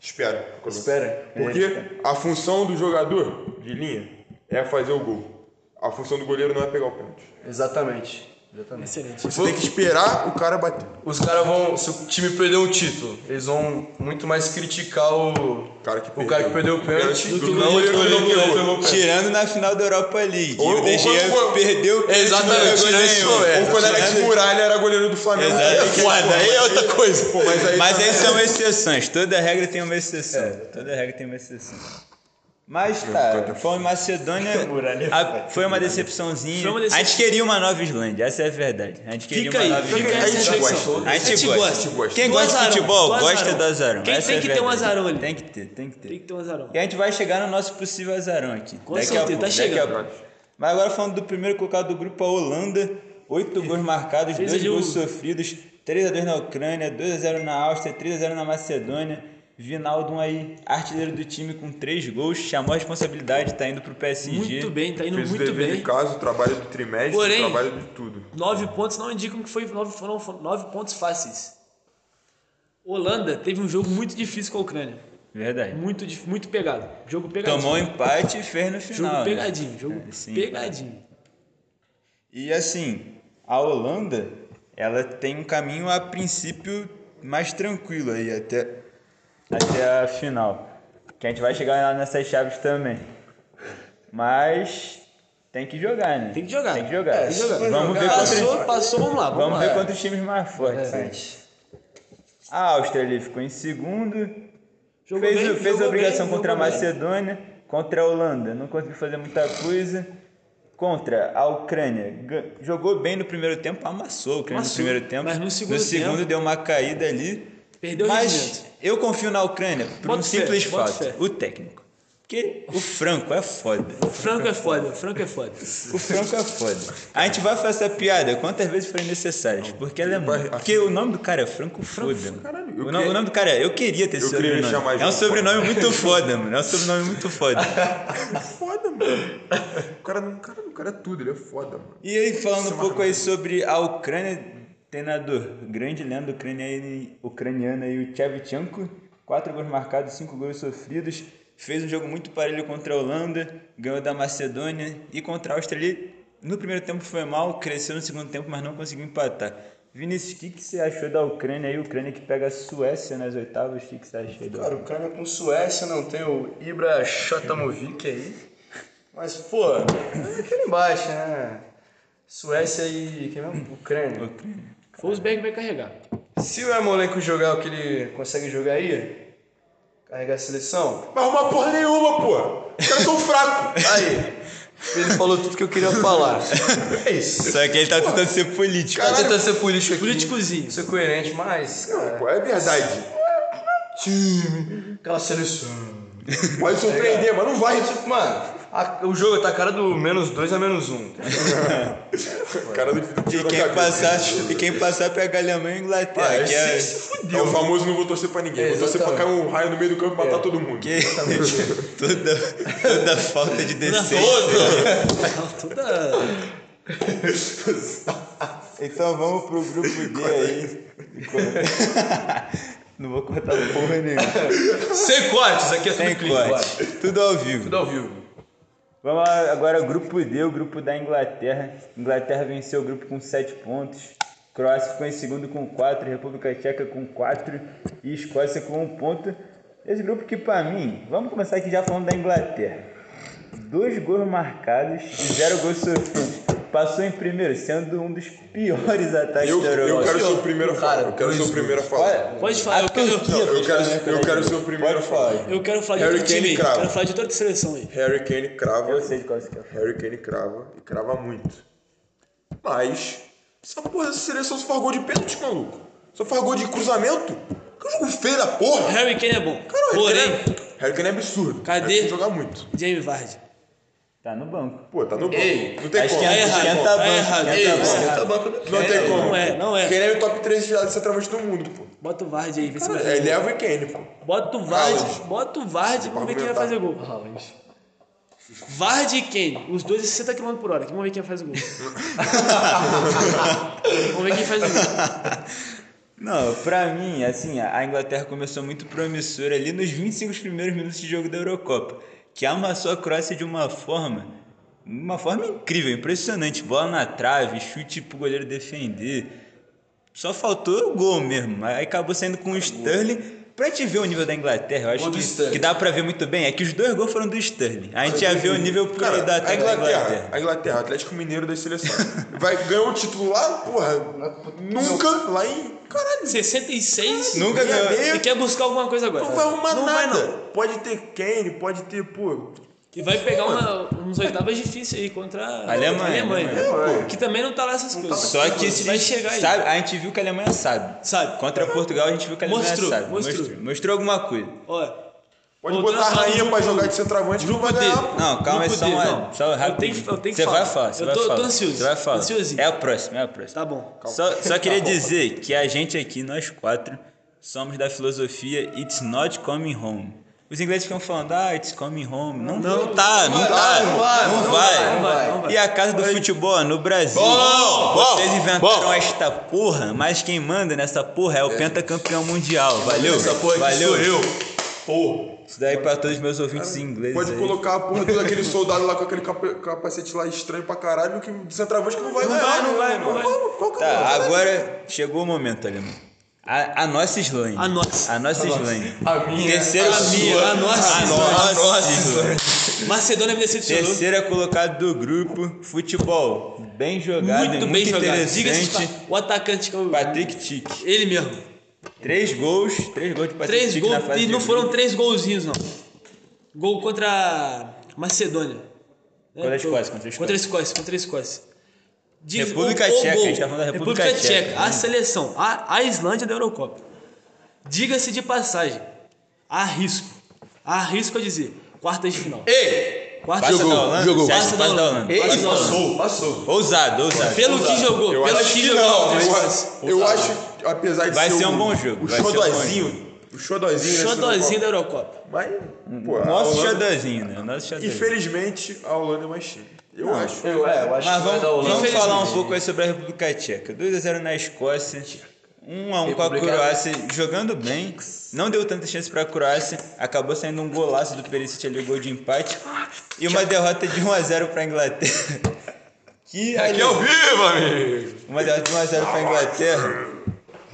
[SPEAKER 4] Espera.
[SPEAKER 2] Espera.
[SPEAKER 4] Porque a função do jogador de linha é fazer o gol. A função do goleiro não é pegar o pênalti.
[SPEAKER 2] Exatamente. Exatamente.
[SPEAKER 3] excelente.
[SPEAKER 4] Você tem que esperar o cara bater.
[SPEAKER 2] Os caras vão. Se o time perder um título, eles vão muito mais criticar o.
[SPEAKER 4] cara que
[SPEAKER 2] o cara que perdeu o pênalti do que o goleiro que não pegou.
[SPEAKER 4] pegou.
[SPEAKER 1] Tirando na final da Europa League.
[SPEAKER 4] Ou-
[SPEAKER 1] o De
[SPEAKER 4] ou
[SPEAKER 1] Gea
[SPEAKER 4] quando foi-
[SPEAKER 1] perdeu o pênalti.
[SPEAKER 2] Exatamente,
[SPEAKER 1] não jogou
[SPEAKER 2] tirando esse
[SPEAKER 1] nenhum.
[SPEAKER 2] momento.
[SPEAKER 4] Ou quando era de
[SPEAKER 1] Tirando-
[SPEAKER 4] muralha, era goleiro do Flamengo.
[SPEAKER 1] Exato.
[SPEAKER 4] Aí,
[SPEAKER 2] Foda, aí é outra coisa.
[SPEAKER 4] Pô, mas aí
[SPEAKER 1] Mas é
[SPEAKER 4] tá-
[SPEAKER 1] aí são exceções, toda regra tem uma exceção. Toda regra tem uma exceção. Mas, cara, foi uma Macedônia. a- foi uma decepçãozinha.
[SPEAKER 3] Foi uma
[SPEAKER 1] A gente
[SPEAKER 3] decepção.
[SPEAKER 1] queria uma Nova Islândia, essa é a verdade. A gente queria
[SPEAKER 3] Fica
[SPEAKER 1] uma
[SPEAKER 3] aí,
[SPEAKER 1] Nova
[SPEAKER 3] fica aí
[SPEAKER 1] Islândia.
[SPEAKER 4] A gente
[SPEAKER 3] essa reflexão.
[SPEAKER 4] gosta.
[SPEAKER 1] A gente gosta.
[SPEAKER 4] gosta.
[SPEAKER 1] Quem
[SPEAKER 3] Do
[SPEAKER 1] gosta de
[SPEAKER 3] azarão,
[SPEAKER 1] futebol
[SPEAKER 3] do
[SPEAKER 1] gosta
[SPEAKER 3] azarão.
[SPEAKER 1] do azarão.
[SPEAKER 3] Quem
[SPEAKER 1] essa
[SPEAKER 3] tem
[SPEAKER 1] é a
[SPEAKER 3] que ter um
[SPEAKER 1] verdade.
[SPEAKER 3] azarão ali?
[SPEAKER 1] Tem que ter, tem que ter.
[SPEAKER 3] Tem que ter um azarão.
[SPEAKER 1] E a gente vai chegar no nosso possível azarão aqui.
[SPEAKER 3] Com
[SPEAKER 1] daqui a
[SPEAKER 3] certeza,
[SPEAKER 1] pouco,
[SPEAKER 3] tá
[SPEAKER 1] daqui
[SPEAKER 3] chegando.
[SPEAKER 1] a pouco. Mas agora falando do primeiro colocado do grupo, a Holanda. Oito gols marcados,
[SPEAKER 3] Fez
[SPEAKER 1] dois
[SPEAKER 3] ali
[SPEAKER 1] gols
[SPEAKER 3] um-
[SPEAKER 1] sofridos, 3x2 na Ucrânia, 2x0 na Áustria, 3x0 na Macedônia. Vinaldo um aí, artilheiro do time com três gols, chamou a responsabilidade, tá indo pro PSG.
[SPEAKER 3] Muito bem, tá indo
[SPEAKER 4] Fez o
[SPEAKER 3] muito
[SPEAKER 4] dever
[SPEAKER 3] bem.
[SPEAKER 4] de casa, o trabalho do trimestre,
[SPEAKER 3] Porém-
[SPEAKER 4] o trabalho de tudo.
[SPEAKER 3] Nove pontos não indicam que foi nove, foram nove pontos fáceis. Holanda teve um jogo muito difícil com a Ucrânia.
[SPEAKER 1] Verdade.
[SPEAKER 3] Muito, dif- muito pegado. Jogo pegadinho.
[SPEAKER 1] Tomou um empate e fez no
[SPEAKER 3] jogo
[SPEAKER 1] final. né?
[SPEAKER 3] pegadinho. Jogo
[SPEAKER 1] É, sim.
[SPEAKER 3] pegadinho.
[SPEAKER 1] E assim, a Holanda, ela tem um caminho a princípio mais tranquilo aí até, até a final. Que a gente vai chegar lá nessas chaves também. Mas tem que jogar, né?
[SPEAKER 3] Tem que jogar.
[SPEAKER 1] Tem que jogar.
[SPEAKER 3] É, tem que jogar.
[SPEAKER 1] Vamos ver
[SPEAKER 3] passou,
[SPEAKER 1] contra,
[SPEAKER 3] passou, vamos lá. Vamos,
[SPEAKER 1] vamos
[SPEAKER 3] lá.
[SPEAKER 1] ver contra os times mais fortes. né? A Áustria ali ficou em segundo.
[SPEAKER 3] Jogou
[SPEAKER 1] fez
[SPEAKER 3] bem,
[SPEAKER 1] fez
[SPEAKER 3] jogou
[SPEAKER 1] a obrigação
[SPEAKER 3] bem,
[SPEAKER 1] contra a
[SPEAKER 3] jogou bem.
[SPEAKER 1] Macedônia, contra a Holanda. Não conseguiu fazer muita coisa. Contra a Ucrânia. gan- Jogou bem no primeiro tempo, amassou a Ucrânia
[SPEAKER 3] Amassou,
[SPEAKER 1] no primeiro tempo.
[SPEAKER 3] mas no segundo tempo-
[SPEAKER 1] deu uma caída ali.
[SPEAKER 3] Perdeu o
[SPEAKER 1] Mas
[SPEAKER 3] rendimento.
[SPEAKER 1] eu confio na Ucrânia por
[SPEAKER 3] Bota
[SPEAKER 1] um
[SPEAKER 3] fé,
[SPEAKER 1] simples
[SPEAKER 3] bota
[SPEAKER 1] fato.
[SPEAKER 3] fé.
[SPEAKER 1] O técnico. Porque o Franco é foda.
[SPEAKER 3] Franco é foda, Franco é foda.
[SPEAKER 1] O Franco é foda. A gente vai fazer essa piada quantas vezes forem necessárias. Porque ela é muito. Porque o nome do cara é Franco Foda.
[SPEAKER 4] Caralho, eu
[SPEAKER 1] o, nome,
[SPEAKER 4] queria-
[SPEAKER 1] o nome do cara é. Eu queria ter esse
[SPEAKER 4] Eu queria
[SPEAKER 1] sobrenome.
[SPEAKER 4] chamar
[SPEAKER 1] é um
[SPEAKER 4] João
[SPEAKER 1] sobrenome muito
[SPEAKER 4] *laughs*
[SPEAKER 1] foda, mano. É um sobrenome muito foda.
[SPEAKER 4] É Foda, mano. O cara, não- o cara, o cara é tudo, ele é foda, mano.
[SPEAKER 1] E aí, falando um pouco aí sobre a Ucrânia, treinador, grande lenda ucraniana, ucraniana aí, o Tchevchenko, quatro gols marcados, cinco gols sofridos, fez um jogo muito parelho contra a Holanda, ganhou da Macedônia e contra a Áustria ali, no primeiro tempo foi mal, cresceu no segundo tempo, mas não conseguiu empatar. Vinícius, o que, que você achou da Ucrânia aí? Ucrânia que pega a Suécia nas oitavas, o que, que você achou da
[SPEAKER 2] Cara, o Ucrânia com Suécia não tem o Ibra Shotamovic aí. Mas, pô, é aquele embaixo, né? Suécia e. Quem é mesmo? Ucrânia.
[SPEAKER 1] Ucrânia?
[SPEAKER 3] Fosberg vai carregar.
[SPEAKER 2] Se o Emolenko jogar o que ele consegue jogar aí, carregar a seleção,
[SPEAKER 4] Vai arrumar porra nenhuma, pô. Os caras tão fracos.
[SPEAKER 2] aí. Ele falou tudo que eu queria falar. É isso.
[SPEAKER 1] Só que ele tá tentando ser político. né?
[SPEAKER 2] Tá tentando ser político aqui.
[SPEAKER 3] Politicozinho.
[SPEAKER 2] Ser coerente, mas. Cara,
[SPEAKER 4] Pô, é verdade.
[SPEAKER 2] time, aquela seleção.
[SPEAKER 4] Pode surpreender, mas não vai.
[SPEAKER 2] Mano, a- o jogo tá a cara do menos dois a menos um.
[SPEAKER 4] O cara do
[SPEAKER 1] E
[SPEAKER 4] tiro na
[SPEAKER 1] quem,
[SPEAKER 4] cabeça.
[SPEAKER 1] passar, e quem passar pega a Alemanha e a Inglaterra.
[SPEAKER 2] Ah,
[SPEAKER 1] que é-
[SPEAKER 2] se- se
[SPEAKER 4] É o famoso não vou torcer pra ninguém.
[SPEAKER 2] É,
[SPEAKER 4] vou torcer pra cair um raio no meio do campo e matar todo mundo.
[SPEAKER 1] É. Que toda, toda falta de decência.
[SPEAKER 3] Não, toda...
[SPEAKER 1] Então vamos pro grupo D aí. *laughs* Não vou cortar porra nenhuma.
[SPEAKER 2] Sem cortes, aqui é tudo
[SPEAKER 1] Tem
[SPEAKER 2] clean, corte.
[SPEAKER 1] corte. Tudo ao vivo.
[SPEAKER 2] Tudo ao vivo.
[SPEAKER 1] Vamos lá, agora ao grupo D, o grupo da Inglaterra. Inglaterra venceu o grupo com 7 pontos. Croácia ficou em segundo com 4, República Tcheca com 4 e Escócia com 1 ponto. Esse grupo que pra mim, vamos começar aqui já falando da Inglaterra. Dois gols marcados e zero gols sofridos. Passou em primeiro, sendo um dos piores ataques
[SPEAKER 4] Eu,
[SPEAKER 1] da Europa.
[SPEAKER 4] eu quero ser o primeiro a
[SPEAKER 2] Cara,
[SPEAKER 4] falar. Eu quero ser o primeiro a falar.
[SPEAKER 1] Olha,
[SPEAKER 3] Pode falar,
[SPEAKER 1] a
[SPEAKER 3] eu quero-
[SPEAKER 1] Turquia
[SPEAKER 4] eu
[SPEAKER 1] fez
[SPEAKER 4] quero-
[SPEAKER 1] também,
[SPEAKER 4] eu
[SPEAKER 1] cara.
[SPEAKER 4] quero ser o primeiro
[SPEAKER 1] né? Pode
[SPEAKER 4] a falar.
[SPEAKER 1] falar.
[SPEAKER 3] Eu quero falar de
[SPEAKER 4] Harry
[SPEAKER 3] outro time.
[SPEAKER 4] Kane
[SPEAKER 3] aí.
[SPEAKER 4] crava.
[SPEAKER 3] Quero falar de outra seleção aí.
[SPEAKER 4] Harry Kane crava.
[SPEAKER 1] Eu sei de qual você quer falar.
[SPEAKER 4] Harry Kane crava e crava muito. Mas, essa porra dessa seleção só faz gol de pênalti, maluco. Só faz gol de cruzamento. Que jogo feio da porra.
[SPEAKER 3] Harry Kane é bom.
[SPEAKER 4] Cara, o Harry
[SPEAKER 3] Porém,
[SPEAKER 4] Kane, é, Harry Kane é absurdo.
[SPEAKER 3] Cadê?
[SPEAKER 4] Harry Kane joga muito.
[SPEAKER 3] Jamie Vardy.
[SPEAKER 1] Tá no banco.
[SPEAKER 4] Pô, tá no banco.
[SPEAKER 2] Ei,
[SPEAKER 4] não tem
[SPEAKER 1] acho
[SPEAKER 4] como.
[SPEAKER 1] que
[SPEAKER 3] Tá
[SPEAKER 1] é-
[SPEAKER 3] errado,
[SPEAKER 1] Esquenta
[SPEAKER 3] tá
[SPEAKER 1] a banca,
[SPEAKER 3] errado.
[SPEAKER 1] esquenta
[SPEAKER 3] Ei,
[SPEAKER 1] a banca.
[SPEAKER 2] Tá banco do
[SPEAKER 4] Não tem como.
[SPEAKER 3] Não é, não é.
[SPEAKER 4] Kane é o top 3 de centroavante do mundo, pô.
[SPEAKER 3] Bota o Vardy aí, vê se
[SPEAKER 4] Cara,
[SPEAKER 3] vai fazer
[SPEAKER 4] ele
[SPEAKER 3] gol.
[SPEAKER 4] é o Kane, pô.
[SPEAKER 3] Bota o Vardy,
[SPEAKER 4] Haaland.
[SPEAKER 3] bota o Vardy, vamos ver quem
[SPEAKER 4] Argumentar.
[SPEAKER 3] vai fazer gol. Vardy e Kane, os dois a 60 km por hora. Vamos ver quem faz o gol. vamos ver quem faz o gol.
[SPEAKER 1] Não, pra mim, assim, a Inglaterra começou muito promissora ali nos 25 primeiros minutos de jogo da Eurocopa, que amassou a Croácia de uma forma, uma forma incrível, impressionante. Bola na trave, chute pro goleiro defender. Só faltou o gol mesmo. Aí acabou saindo com o Sterling. Pra gente ver o nível da Inglaterra, eu acho
[SPEAKER 2] Gol do
[SPEAKER 1] que,
[SPEAKER 2] Sterling.
[SPEAKER 1] que dá pra ver muito bem. É que os dois gols foram do Sterling. A gente já vê o nível puro
[SPEAKER 4] Cara,
[SPEAKER 1] da
[SPEAKER 4] a
[SPEAKER 1] ataque da
[SPEAKER 4] Inglaterra,
[SPEAKER 1] Inglaterra.
[SPEAKER 4] a Inglaterra, Atlético Mineiro das seleções. Vai ganhar o título lá, porra, nunca, lá em... Caralho,
[SPEAKER 3] 66
[SPEAKER 1] Nunca ganhou.
[SPEAKER 3] e é quer buscar alguma coisa agora.
[SPEAKER 4] não vai arrumar
[SPEAKER 3] Não vai,
[SPEAKER 4] nada.
[SPEAKER 3] não.
[SPEAKER 4] pode ter Kane, pode ter, pô.
[SPEAKER 3] E vai pegar uma, uns oitavas difíceis aí contra a
[SPEAKER 1] Alemanha,
[SPEAKER 4] Alemanha.
[SPEAKER 3] Pô, Que também não tá lá essas coisas.
[SPEAKER 1] Só que
[SPEAKER 3] Mas
[SPEAKER 1] se
[SPEAKER 3] vai chegar aí.
[SPEAKER 1] sabe, a gente viu que a Alemanha sabe.
[SPEAKER 3] Sabe?
[SPEAKER 1] Contra Portugal a gente viu que a Alemanha
[SPEAKER 3] Mostrou,
[SPEAKER 1] sabe.
[SPEAKER 3] mostrou.
[SPEAKER 1] Mostrou alguma coisa.
[SPEAKER 3] Olha.
[SPEAKER 4] Pode
[SPEAKER 3] voltando
[SPEAKER 4] botar a
[SPEAKER 3] falar do
[SPEAKER 4] rainha pra
[SPEAKER 3] grupo-
[SPEAKER 4] jogar de centroavante que
[SPEAKER 3] grupo
[SPEAKER 4] vai ganhar,
[SPEAKER 3] D.
[SPEAKER 4] pô.
[SPEAKER 1] Não, calma aí,
[SPEAKER 3] Grupo
[SPEAKER 1] só,
[SPEAKER 3] D,
[SPEAKER 1] uma-
[SPEAKER 3] não.
[SPEAKER 1] só
[SPEAKER 3] Eu
[SPEAKER 1] rápido.
[SPEAKER 3] tenho que- eu tenho que
[SPEAKER 1] Você
[SPEAKER 3] falar.
[SPEAKER 1] vai falar, você
[SPEAKER 3] Eu
[SPEAKER 1] vai
[SPEAKER 3] tô-
[SPEAKER 1] falar.
[SPEAKER 3] tô ansioso,
[SPEAKER 1] Você vai falar.
[SPEAKER 3] ansiosinho.
[SPEAKER 1] É a próxima, é a próxima.
[SPEAKER 3] Tá bom.
[SPEAKER 1] Só, só queria dizer que a gente aqui, nós quatro, somos da filosofia It's Not Coming Home. Os ingleses ficam falando, ah, it's coming home. Não, não, tá, não, tá.
[SPEAKER 2] vai, não vai,
[SPEAKER 1] não
[SPEAKER 2] não
[SPEAKER 1] vai.
[SPEAKER 2] vai, não vai, não
[SPEAKER 1] E a casa do futebol no Brasil.
[SPEAKER 4] Bom,
[SPEAKER 1] Vocês
[SPEAKER 4] bom,
[SPEAKER 1] inventaram
[SPEAKER 4] bom.
[SPEAKER 1] esta porra, mas quem manda nessa porra é o pentacampeão mundial. Valeu.
[SPEAKER 4] Essa porra aqui
[SPEAKER 1] Valeu.
[SPEAKER 4] sou eu. Porra.
[SPEAKER 1] Isso daí é pra todos os meus ouvintes ingleses.
[SPEAKER 4] Pode
[SPEAKER 1] aí.
[SPEAKER 4] colocar a porra daquele soldado lá com aquele capa- capacete lá estranho pra caralho que de centroavante que não vai
[SPEAKER 3] Não
[SPEAKER 4] ganhar.
[SPEAKER 3] vai, não
[SPEAKER 4] né,
[SPEAKER 3] vai, não
[SPEAKER 4] mano?
[SPEAKER 3] vai.
[SPEAKER 4] Mano, qual que é o
[SPEAKER 1] Tá,
[SPEAKER 4] problema?
[SPEAKER 1] agora chegou o momento, alemão. A, a nossa Islândia.
[SPEAKER 3] A nossa.
[SPEAKER 1] A nossa Islândia.
[SPEAKER 2] A minha.
[SPEAKER 1] Terceira,
[SPEAKER 3] a minha, a nossa
[SPEAKER 1] a
[SPEAKER 3] Islândia.
[SPEAKER 1] nossa Islândia.
[SPEAKER 3] Macedônia me decepcionou.
[SPEAKER 1] Terceira colocada do grupo. Futebol. Bem jogado,
[SPEAKER 3] né? muito
[SPEAKER 1] muito,
[SPEAKER 3] bem jogado. Diga-se, de
[SPEAKER 1] interessante.
[SPEAKER 3] pa- o atacante que é o.
[SPEAKER 1] Patrick Tick.
[SPEAKER 3] Ele mesmo.
[SPEAKER 1] Três gols. Três gols de Patrick
[SPEAKER 3] Três
[SPEAKER 1] Tick
[SPEAKER 3] gols.
[SPEAKER 1] na fase
[SPEAKER 3] E
[SPEAKER 1] de
[SPEAKER 3] não
[SPEAKER 1] grupo.
[SPEAKER 3] foram três golzinhos, não. Gol contra a Macedônia. Né?
[SPEAKER 1] Contra a Escócia,
[SPEAKER 3] Contra
[SPEAKER 1] contra a Escócia.
[SPEAKER 3] a Escócia. Contra a Escócia. Diz-
[SPEAKER 1] República
[SPEAKER 3] o- o
[SPEAKER 1] Tcheca,
[SPEAKER 3] gol.
[SPEAKER 1] a gente tá falando da República Tcheca,
[SPEAKER 3] A
[SPEAKER 1] né?
[SPEAKER 3] seleção. A, a Islândia da Eurocopa. Diga-se de passagem. Arrisco. Arrisco a dizer. Quartas de final.
[SPEAKER 2] Ei!
[SPEAKER 3] Quartas
[SPEAKER 1] Passa
[SPEAKER 3] de
[SPEAKER 1] da
[SPEAKER 3] final.
[SPEAKER 1] Holanda.
[SPEAKER 2] jogou.
[SPEAKER 1] Passa da Holanda.
[SPEAKER 2] Ei,
[SPEAKER 3] Passa da Holanda.
[SPEAKER 2] passou, passou.
[SPEAKER 1] Ousado, ousado.
[SPEAKER 3] Pelo que jogou.
[SPEAKER 4] Eu
[SPEAKER 3] pelo
[SPEAKER 4] acho
[SPEAKER 3] que
[SPEAKER 4] que
[SPEAKER 3] jogou.
[SPEAKER 4] não.
[SPEAKER 3] contra
[SPEAKER 4] Eu,
[SPEAKER 3] a Escócia.
[SPEAKER 4] acho- eu acho, que, apesar de
[SPEAKER 1] Vai
[SPEAKER 4] ser,
[SPEAKER 1] ser
[SPEAKER 4] o-
[SPEAKER 1] um bom jogo,
[SPEAKER 4] O
[SPEAKER 1] vai ser um bom
[SPEAKER 4] xodozinho. O xodozinho. né,
[SPEAKER 3] Xodózinho da Eurocopa.
[SPEAKER 4] Mas, pô, a
[SPEAKER 1] Nosso
[SPEAKER 4] Holanda-
[SPEAKER 1] xadrezinho, né? Nosso xadrezinho.
[SPEAKER 4] Infelizmente, a Holanda é mais time. Eu acho.
[SPEAKER 2] Eu, é, eu
[SPEAKER 1] Mas
[SPEAKER 2] acho que vai
[SPEAKER 1] vamos,
[SPEAKER 2] dar o
[SPEAKER 1] vamos
[SPEAKER 3] Infelizmente.
[SPEAKER 1] falar um pouco aí sobre a República Tcheca. 2x0 na Escócia, 1x1 com a
[SPEAKER 2] República-
[SPEAKER 1] Croácia, jogando bem. Não deu tanta chance pra Croácia, acabou saindo um golaço do Perisic ali, o gol de empate. E uma derrota de 1x0 pra Inglaterra. *laughs* Que ali-
[SPEAKER 4] Aqui ao vivo, amigo!
[SPEAKER 1] uma derrota de 1x0 pra Inglaterra.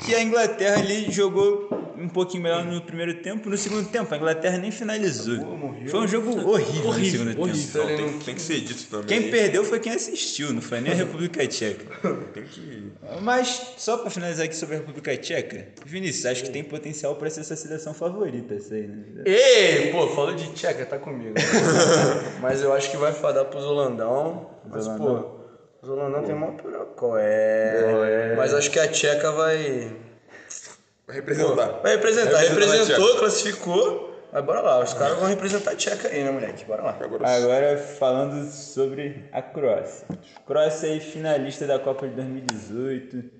[SPEAKER 1] Que a Inglaterra ali jogou um pouquinho melhor no primeiro tempo. No segundo tempo, a Inglaterra nem finalizou. Foi um jogo horrível, no
[SPEAKER 3] Horrível,
[SPEAKER 1] segundo
[SPEAKER 3] horrível.
[SPEAKER 1] tempo.
[SPEAKER 2] Ele
[SPEAKER 4] Então Tem,
[SPEAKER 2] não-
[SPEAKER 4] que- tem que ser dito também.
[SPEAKER 1] Quem perdeu foi quem assistiu, não foi nem a República Tcheca.
[SPEAKER 4] Tem que.
[SPEAKER 1] Mas, só pra finalizar aqui sobre a República Tcheca, Vinícius, acho que tem potencial pra ser sua seleção favorita, essa aí, né?
[SPEAKER 2] Ei, pô, falou de tcheca, tá *laughs* comigo. mas eu acho que vai fadar pros holandão. Mas, pô, os holandão tem mó pirocó, é. Mas acho que a tcheca vai.
[SPEAKER 4] Vai representar.
[SPEAKER 2] Vai representar.
[SPEAKER 4] Representar a
[SPEAKER 2] Representou, classificou. Mas bora lá, os caras vão representar a tcheca aí, né, moleque? Bora lá.
[SPEAKER 4] Agora,
[SPEAKER 1] Agora, falando sobre a Croácia. Croácia aí, finalista da Copa de 2018.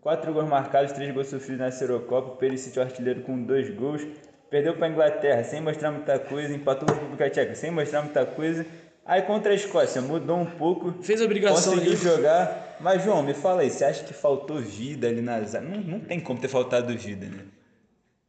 [SPEAKER 1] Quatro gols marcados, três gols sofridos na Eurocopa. Perisic, o artilheiro, com dois gols. Perdeu pra Inglaterra, sem mostrar muita coisa. Empatou com a República Tcheca, sem mostrar muita coisa. Aí, contra a Escócia, mudou um pouco.
[SPEAKER 3] Fez a obrigação
[SPEAKER 1] Conseguiu
[SPEAKER 3] ali.
[SPEAKER 1] jogar. Mas, João, me fala aí, você acha que faltou vida ali na zaga? Não, não tem como ter faltado vida, né?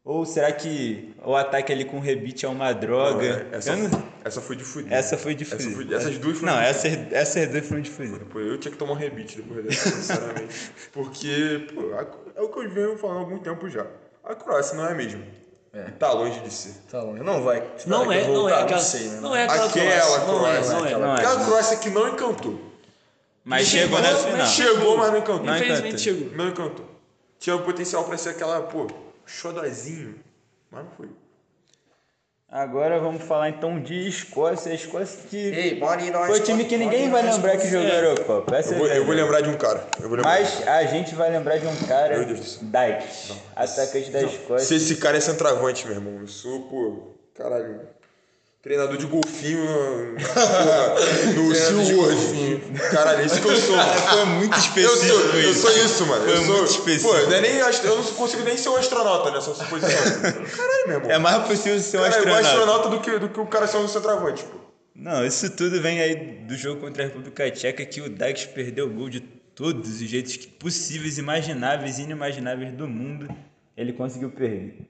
[SPEAKER 1] Ou será que o ataque ali com o rebite é uma droga?
[SPEAKER 4] essa,
[SPEAKER 1] Eu não-
[SPEAKER 4] essa foi de fudido.
[SPEAKER 1] essa foi de
[SPEAKER 4] Essa
[SPEAKER 1] fuzil.
[SPEAKER 4] foi- essas duas foram
[SPEAKER 1] Não, é-
[SPEAKER 4] de
[SPEAKER 1] essas, essas duas foram de fuzil.
[SPEAKER 4] Pô, eu tinha que tomar um rebite depois dessa,
[SPEAKER 1] *laughs*
[SPEAKER 4] sinceramente. Porque, pô, a- é o que eu venho falando há algum tempo já. A Croácia não é mesmo. E tá longe de ser.
[SPEAKER 2] Tá longe. Não vai. Espera
[SPEAKER 3] Não
[SPEAKER 2] que
[SPEAKER 3] é,
[SPEAKER 2] eu
[SPEAKER 3] não
[SPEAKER 2] voltar,
[SPEAKER 3] é aquela.
[SPEAKER 2] sei, né,
[SPEAKER 3] Não
[SPEAKER 2] mano?
[SPEAKER 3] é aquela
[SPEAKER 4] Aquela
[SPEAKER 3] Não é,
[SPEAKER 4] Croácia.
[SPEAKER 3] não é.
[SPEAKER 1] Não é.
[SPEAKER 4] Aquela Croácia que não encantou.
[SPEAKER 1] Mas
[SPEAKER 3] Chegou,
[SPEAKER 1] chegou na
[SPEAKER 3] mas
[SPEAKER 1] final.
[SPEAKER 3] chegou.
[SPEAKER 4] Chegou, mas não é encantou.
[SPEAKER 1] Não é assim.
[SPEAKER 3] Infelizmente
[SPEAKER 1] encanta.
[SPEAKER 3] chegou.
[SPEAKER 4] Não encantou. Tinha o potencial pra ser aquela, pô, xodozinho. Mas não foi.
[SPEAKER 1] Agora vamos falar então de Escócia. A Escócia que
[SPEAKER 2] Ei, bora ir nós,
[SPEAKER 1] foi o time
[SPEAKER 2] bora-
[SPEAKER 1] que
[SPEAKER 2] bora
[SPEAKER 1] ninguém
[SPEAKER 2] ir
[SPEAKER 1] vai
[SPEAKER 2] nós,
[SPEAKER 1] lembrar que
[SPEAKER 2] bora-
[SPEAKER 1] jogou a Eurocopa. Essa
[SPEAKER 4] Eu vou,
[SPEAKER 1] é a
[SPEAKER 4] eu vou
[SPEAKER 1] verdade.
[SPEAKER 4] lembrar de um cara. Eu vou lembrar de um
[SPEAKER 1] Mas a gente vai lembrar de um cara,
[SPEAKER 4] Meu Deus do céu.
[SPEAKER 1] Dykes, atacante da
[SPEAKER 4] cara. Se
[SPEAKER 1] Escócia.
[SPEAKER 4] esse cara é centroavante, meu irmão. Eu sou, pô, caralho. Treinador de
[SPEAKER 1] *laughs*
[SPEAKER 4] golfinho no, porra, no SeaWorld. Caralho, isso que eu sou, mano.
[SPEAKER 1] *laughs* Foi muito
[SPEAKER 4] Eu sou,
[SPEAKER 1] específico
[SPEAKER 4] eu
[SPEAKER 1] isso.
[SPEAKER 4] sou isso, mano.
[SPEAKER 1] Foi
[SPEAKER 4] eu sou,
[SPEAKER 1] muito específico.
[SPEAKER 4] Pô, não é nem ast- eu não consigo nem ser um astronauta nessa suposição. Caralho, meu irmão.
[SPEAKER 1] É mais possível ser um
[SPEAKER 4] Cara, eu sou
[SPEAKER 1] astronauta.
[SPEAKER 4] astronauta do que, do que o cara ser um centroavante, pô.
[SPEAKER 1] Não, isso tudo vem aí do jogo contra a República Tcheca que o Dax perdeu o gol de todos os jeitos que- possíveis, imagináveis e inimagináveis do mundo. Ele conseguiu perder.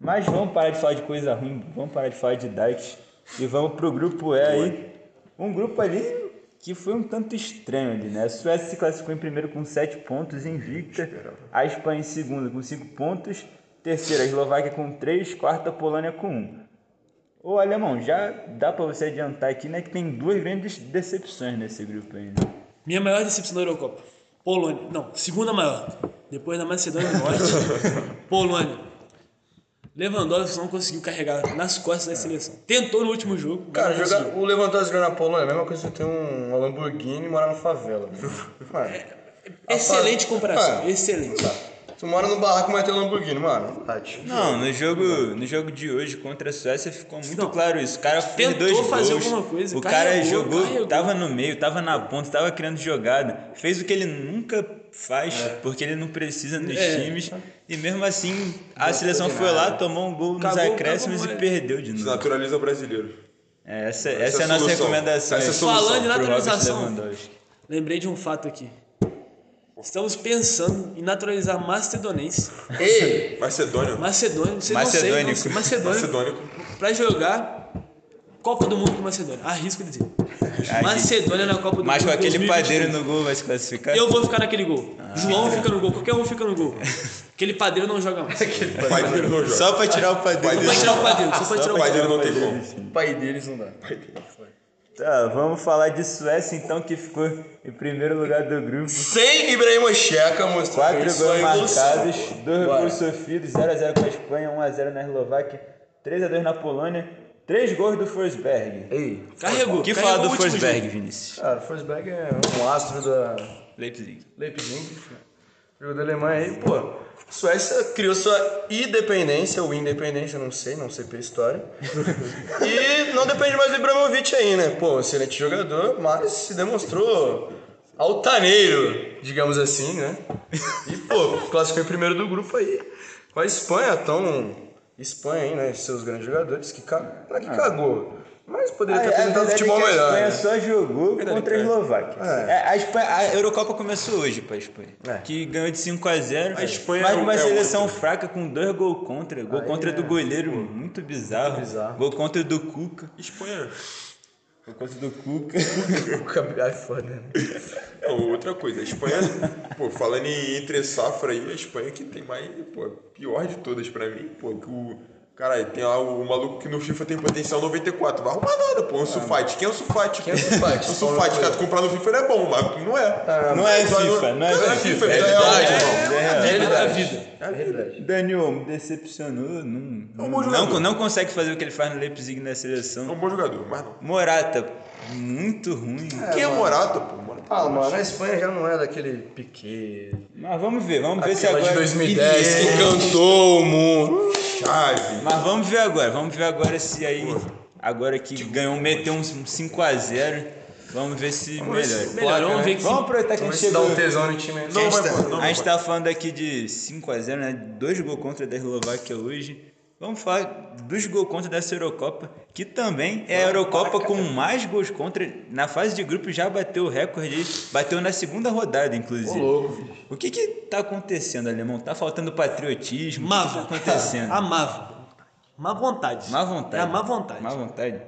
[SPEAKER 1] Mas vamos parar de falar de coisa ruim, vamos parar de falar de Dax e vamos pro grupo E aí. Um grupo ali que foi um tanto estranho ali, né? A Suécia se classificou em primeiro com 7 pontos, invicta. A Espanha em segundo com 5 pontos. Terceira, a Eslováquia com 3. Quarta, a Polônia com 1. Ô, Alemão, já dá pra você adiantar aqui, né? Que tem duas grandes decepções nesse grupo aí. né?
[SPEAKER 3] Minha maior decepção da Eurocopa. Polônia. Não, segunda maior. Depois da Macedônia do Norte. Polônia. Lewandowski não conseguiu carregar nas costas da seleção. Tentou no último jogo. mas
[SPEAKER 2] Cara,
[SPEAKER 3] não
[SPEAKER 2] jogar,
[SPEAKER 3] conseguiu.
[SPEAKER 2] o Lewandowski jogar na Polônia é a mesma coisa que você ter um, uma Lamborghini e morar na favela. *laughs* né? Mano,
[SPEAKER 3] Excelente
[SPEAKER 2] Ah,
[SPEAKER 3] comparação,
[SPEAKER 2] ah.
[SPEAKER 3] excelente.
[SPEAKER 2] tu mora no barraco, mas tem um Lamborghini, mano. Tati.
[SPEAKER 1] Não, no jogo, no jogo de hoje contra a Suécia ficou muito
[SPEAKER 3] Não.
[SPEAKER 1] claro isso. O cara fez
[SPEAKER 3] Tentou
[SPEAKER 1] dois
[SPEAKER 3] fazer
[SPEAKER 1] gols.
[SPEAKER 3] alguma coisa,
[SPEAKER 1] O cara
[SPEAKER 3] carregou,
[SPEAKER 1] jogou,
[SPEAKER 3] carregou.
[SPEAKER 1] tava no meio, tava na ponta, tava criando jogada. Fez o que ele nunca faz, porque ele não precisa nos
[SPEAKER 3] É.
[SPEAKER 1] times. E mesmo assim, a seleção foi lá, tomou um gol
[SPEAKER 3] Cagou,
[SPEAKER 1] nos
[SPEAKER 3] cagou,
[SPEAKER 1] acréscimos e
[SPEAKER 3] é.
[SPEAKER 1] perdeu de novo.
[SPEAKER 4] Desnaturaliza o brasileiro.
[SPEAKER 1] É, essa, essa,
[SPEAKER 4] Essa
[SPEAKER 1] é
[SPEAKER 4] é
[SPEAKER 1] a
[SPEAKER 4] a
[SPEAKER 1] nossa
[SPEAKER 4] solução.
[SPEAKER 1] recomendação.
[SPEAKER 4] Essa é a solução.
[SPEAKER 3] Falando de
[SPEAKER 1] Pro Robert
[SPEAKER 3] naturalização,
[SPEAKER 1] Lewandowski.
[SPEAKER 3] lembrei de um fato aqui. Estamos pensando em naturalizar macedonense,
[SPEAKER 2] Ei!
[SPEAKER 4] Macedônio.
[SPEAKER 3] macedônio, vocês não
[SPEAKER 1] Macedônico.
[SPEAKER 3] sei, não, macedônio,
[SPEAKER 4] Macedônico.
[SPEAKER 3] pra jogar Copa do Mundo com Macedônia. Arrisco dizer.
[SPEAKER 1] Ai,
[SPEAKER 3] Macedônia na Copa do
[SPEAKER 1] Mas com
[SPEAKER 3] Mundo.
[SPEAKER 1] aquele
[SPEAKER 3] 2023.
[SPEAKER 1] padeiro no gol vai se classificar?
[SPEAKER 3] Eu vou ficar naquele gol.
[SPEAKER 1] Ah.
[SPEAKER 3] João fica no gol, qualquer um fica no gol. Aquele padeiro não joga mais.
[SPEAKER 4] Pai dele não joga.
[SPEAKER 1] Só pra tirar o padeiro.
[SPEAKER 3] Só pra tirar o padeiro, só pra tirar o
[SPEAKER 4] Pai dele
[SPEAKER 3] padeiro.
[SPEAKER 4] não tem como.
[SPEAKER 2] O pai deles não dá.
[SPEAKER 1] Tá, vamos falar de Suécia então, que ficou em primeiro lugar do grupo.
[SPEAKER 2] Sem Ibrahima Checa, mostrou
[SPEAKER 1] Quatro
[SPEAKER 2] isso,
[SPEAKER 1] gols
[SPEAKER 2] a evolução.
[SPEAKER 1] marcados, dois
[SPEAKER 2] Bora.
[SPEAKER 1] gols sofridos, 0x0 com a Espanha, 1x0 na Eslováquia, 3x2 na Polônia, três gols do Forsberg.
[SPEAKER 2] Ei,
[SPEAKER 3] Carregou.
[SPEAKER 1] O que
[SPEAKER 3] carregou
[SPEAKER 1] falar do
[SPEAKER 3] o último
[SPEAKER 1] Forsberg,
[SPEAKER 3] jogo.
[SPEAKER 1] Vinícius?
[SPEAKER 2] cara, o Forsberg é um astro da,
[SPEAKER 1] Leipzig.
[SPEAKER 2] Leipzig, jogo da Alemanha aí, pô. Suécia criou sua independência, ou independência, não sei, não sei pela *laughs* história. e não depende mais do Ibrahimovic aí, né? Pô, excelente jogador, mas se demonstrou altaneiro, digamos assim, né? E, pô, classificou em primeiro do grupo aí. Com a Espanha, tão. Espanha aí, né? Seus grandes jogadores, que, ca... não é que cagou. Ah, é, Mas poderia ter apresentado tá futebol
[SPEAKER 1] a
[SPEAKER 2] melhor.
[SPEAKER 1] Espanha
[SPEAKER 2] *laughs* né?
[SPEAKER 1] só jogou contra É a
[SPEAKER 4] cara.
[SPEAKER 1] Eslováquia.
[SPEAKER 2] É.
[SPEAKER 1] É, A, Espanha- a Eurocopa começou hoje pra Espanha,
[SPEAKER 2] É.
[SPEAKER 1] que ganhou de 5x0,
[SPEAKER 4] A Espanha
[SPEAKER 1] mas
[SPEAKER 4] é o-
[SPEAKER 1] uma
[SPEAKER 4] é o-
[SPEAKER 1] seleção fraca com dois gols contra. Gol contra
[SPEAKER 2] é.
[SPEAKER 1] do goleiro, muito bizarro.
[SPEAKER 2] bizarro.
[SPEAKER 1] Gol contra do Cuca.
[SPEAKER 4] Espanha.
[SPEAKER 1] Gol contra do Cuca.
[SPEAKER 2] Ai, foda, né?
[SPEAKER 4] Não, É outra coisa, a Espanha, pô, falando em entre safra aí, a Espanha é que tem mais, pô, pior de todas pra mim, pô, que o. Caralho, tem lá o maluco que no FIFA tem potencial 94, vai arrumar nada, pô, um sulfate. Quem é o sulfate? Quem
[SPEAKER 2] é o Sulfate?
[SPEAKER 4] *laughs* o sulfate, cara, tu comprar no FIFA ele é bom, mas não é.
[SPEAKER 1] Não é
[SPEAKER 4] Só
[SPEAKER 1] FIFA, não é
[SPEAKER 4] Cara,
[SPEAKER 1] FIFA,
[SPEAKER 4] é
[SPEAKER 1] é
[SPEAKER 4] verdade,
[SPEAKER 1] verdade.
[SPEAKER 4] irmão.
[SPEAKER 1] É,
[SPEAKER 2] É
[SPEAKER 3] Ele é da
[SPEAKER 2] verdade.
[SPEAKER 3] vida.
[SPEAKER 2] É verdade.
[SPEAKER 1] Daniel me decepcionou. Não,
[SPEAKER 4] um bom
[SPEAKER 1] não,
[SPEAKER 4] jogador.
[SPEAKER 1] não, consegue fazer o que ele faz no Leipzig na
[SPEAKER 4] É
[SPEAKER 1] seleção.
[SPEAKER 4] um bom jogador, mas não.
[SPEAKER 1] Morata, muito ruim.
[SPEAKER 4] Quem é Morata, pô? Morata.
[SPEAKER 2] Ah, mano, a Espanha já não é daquele Piquet.
[SPEAKER 1] Mas vamos ver, vamos ver se
[SPEAKER 2] Aquela
[SPEAKER 1] agora.
[SPEAKER 2] de 2010
[SPEAKER 1] Iniesta.
[SPEAKER 2] que cantou o mundo.
[SPEAKER 4] Chave.
[SPEAKER 1] Mas vamos ver agora, vamos ver agora se aí. Agora que ganhou, meteu um 5x0. Vamos ver se melhora.
[SPEAKER 3] Melhor, vamos ver que
[SPEAKER 1] Vamos aproveitar que a
[SPEAKER 2] Vamos
[SPEAKER 1] gente
[SPEAKER 2] ver se dá
[SPEAKER 1] chegou.
[SPEAKER 2] um tesão no time.
[SPEAKER 4] Não, vai, pô, não,
[SPEAKER 1] A gente
[SPEAKER 4] vai.
[SPEAKER 1] tá falando aqui de 5x0, né? Dois gols contra da Eslováquia hoje. Vamos falar dos gols contra dessa Eurocopa, que também é a Eurocopa com mais gols contra. Na fase de grupo já bateu o recorde, aí, bateu na segunda rodada, inclusive. O que que tá acontecendo, Alemão? Tá faltando patriotismo? O que que
[SPEAKER 3] Amava.
[SPEAKER 1] tá acontecendo?
[SPEAKER 3] Amava. Má vontade.
[SPEAKER 1] Má vontade.
[SPEAKER 3] É a má vontade.
[SPEAKER 1] Má vontade.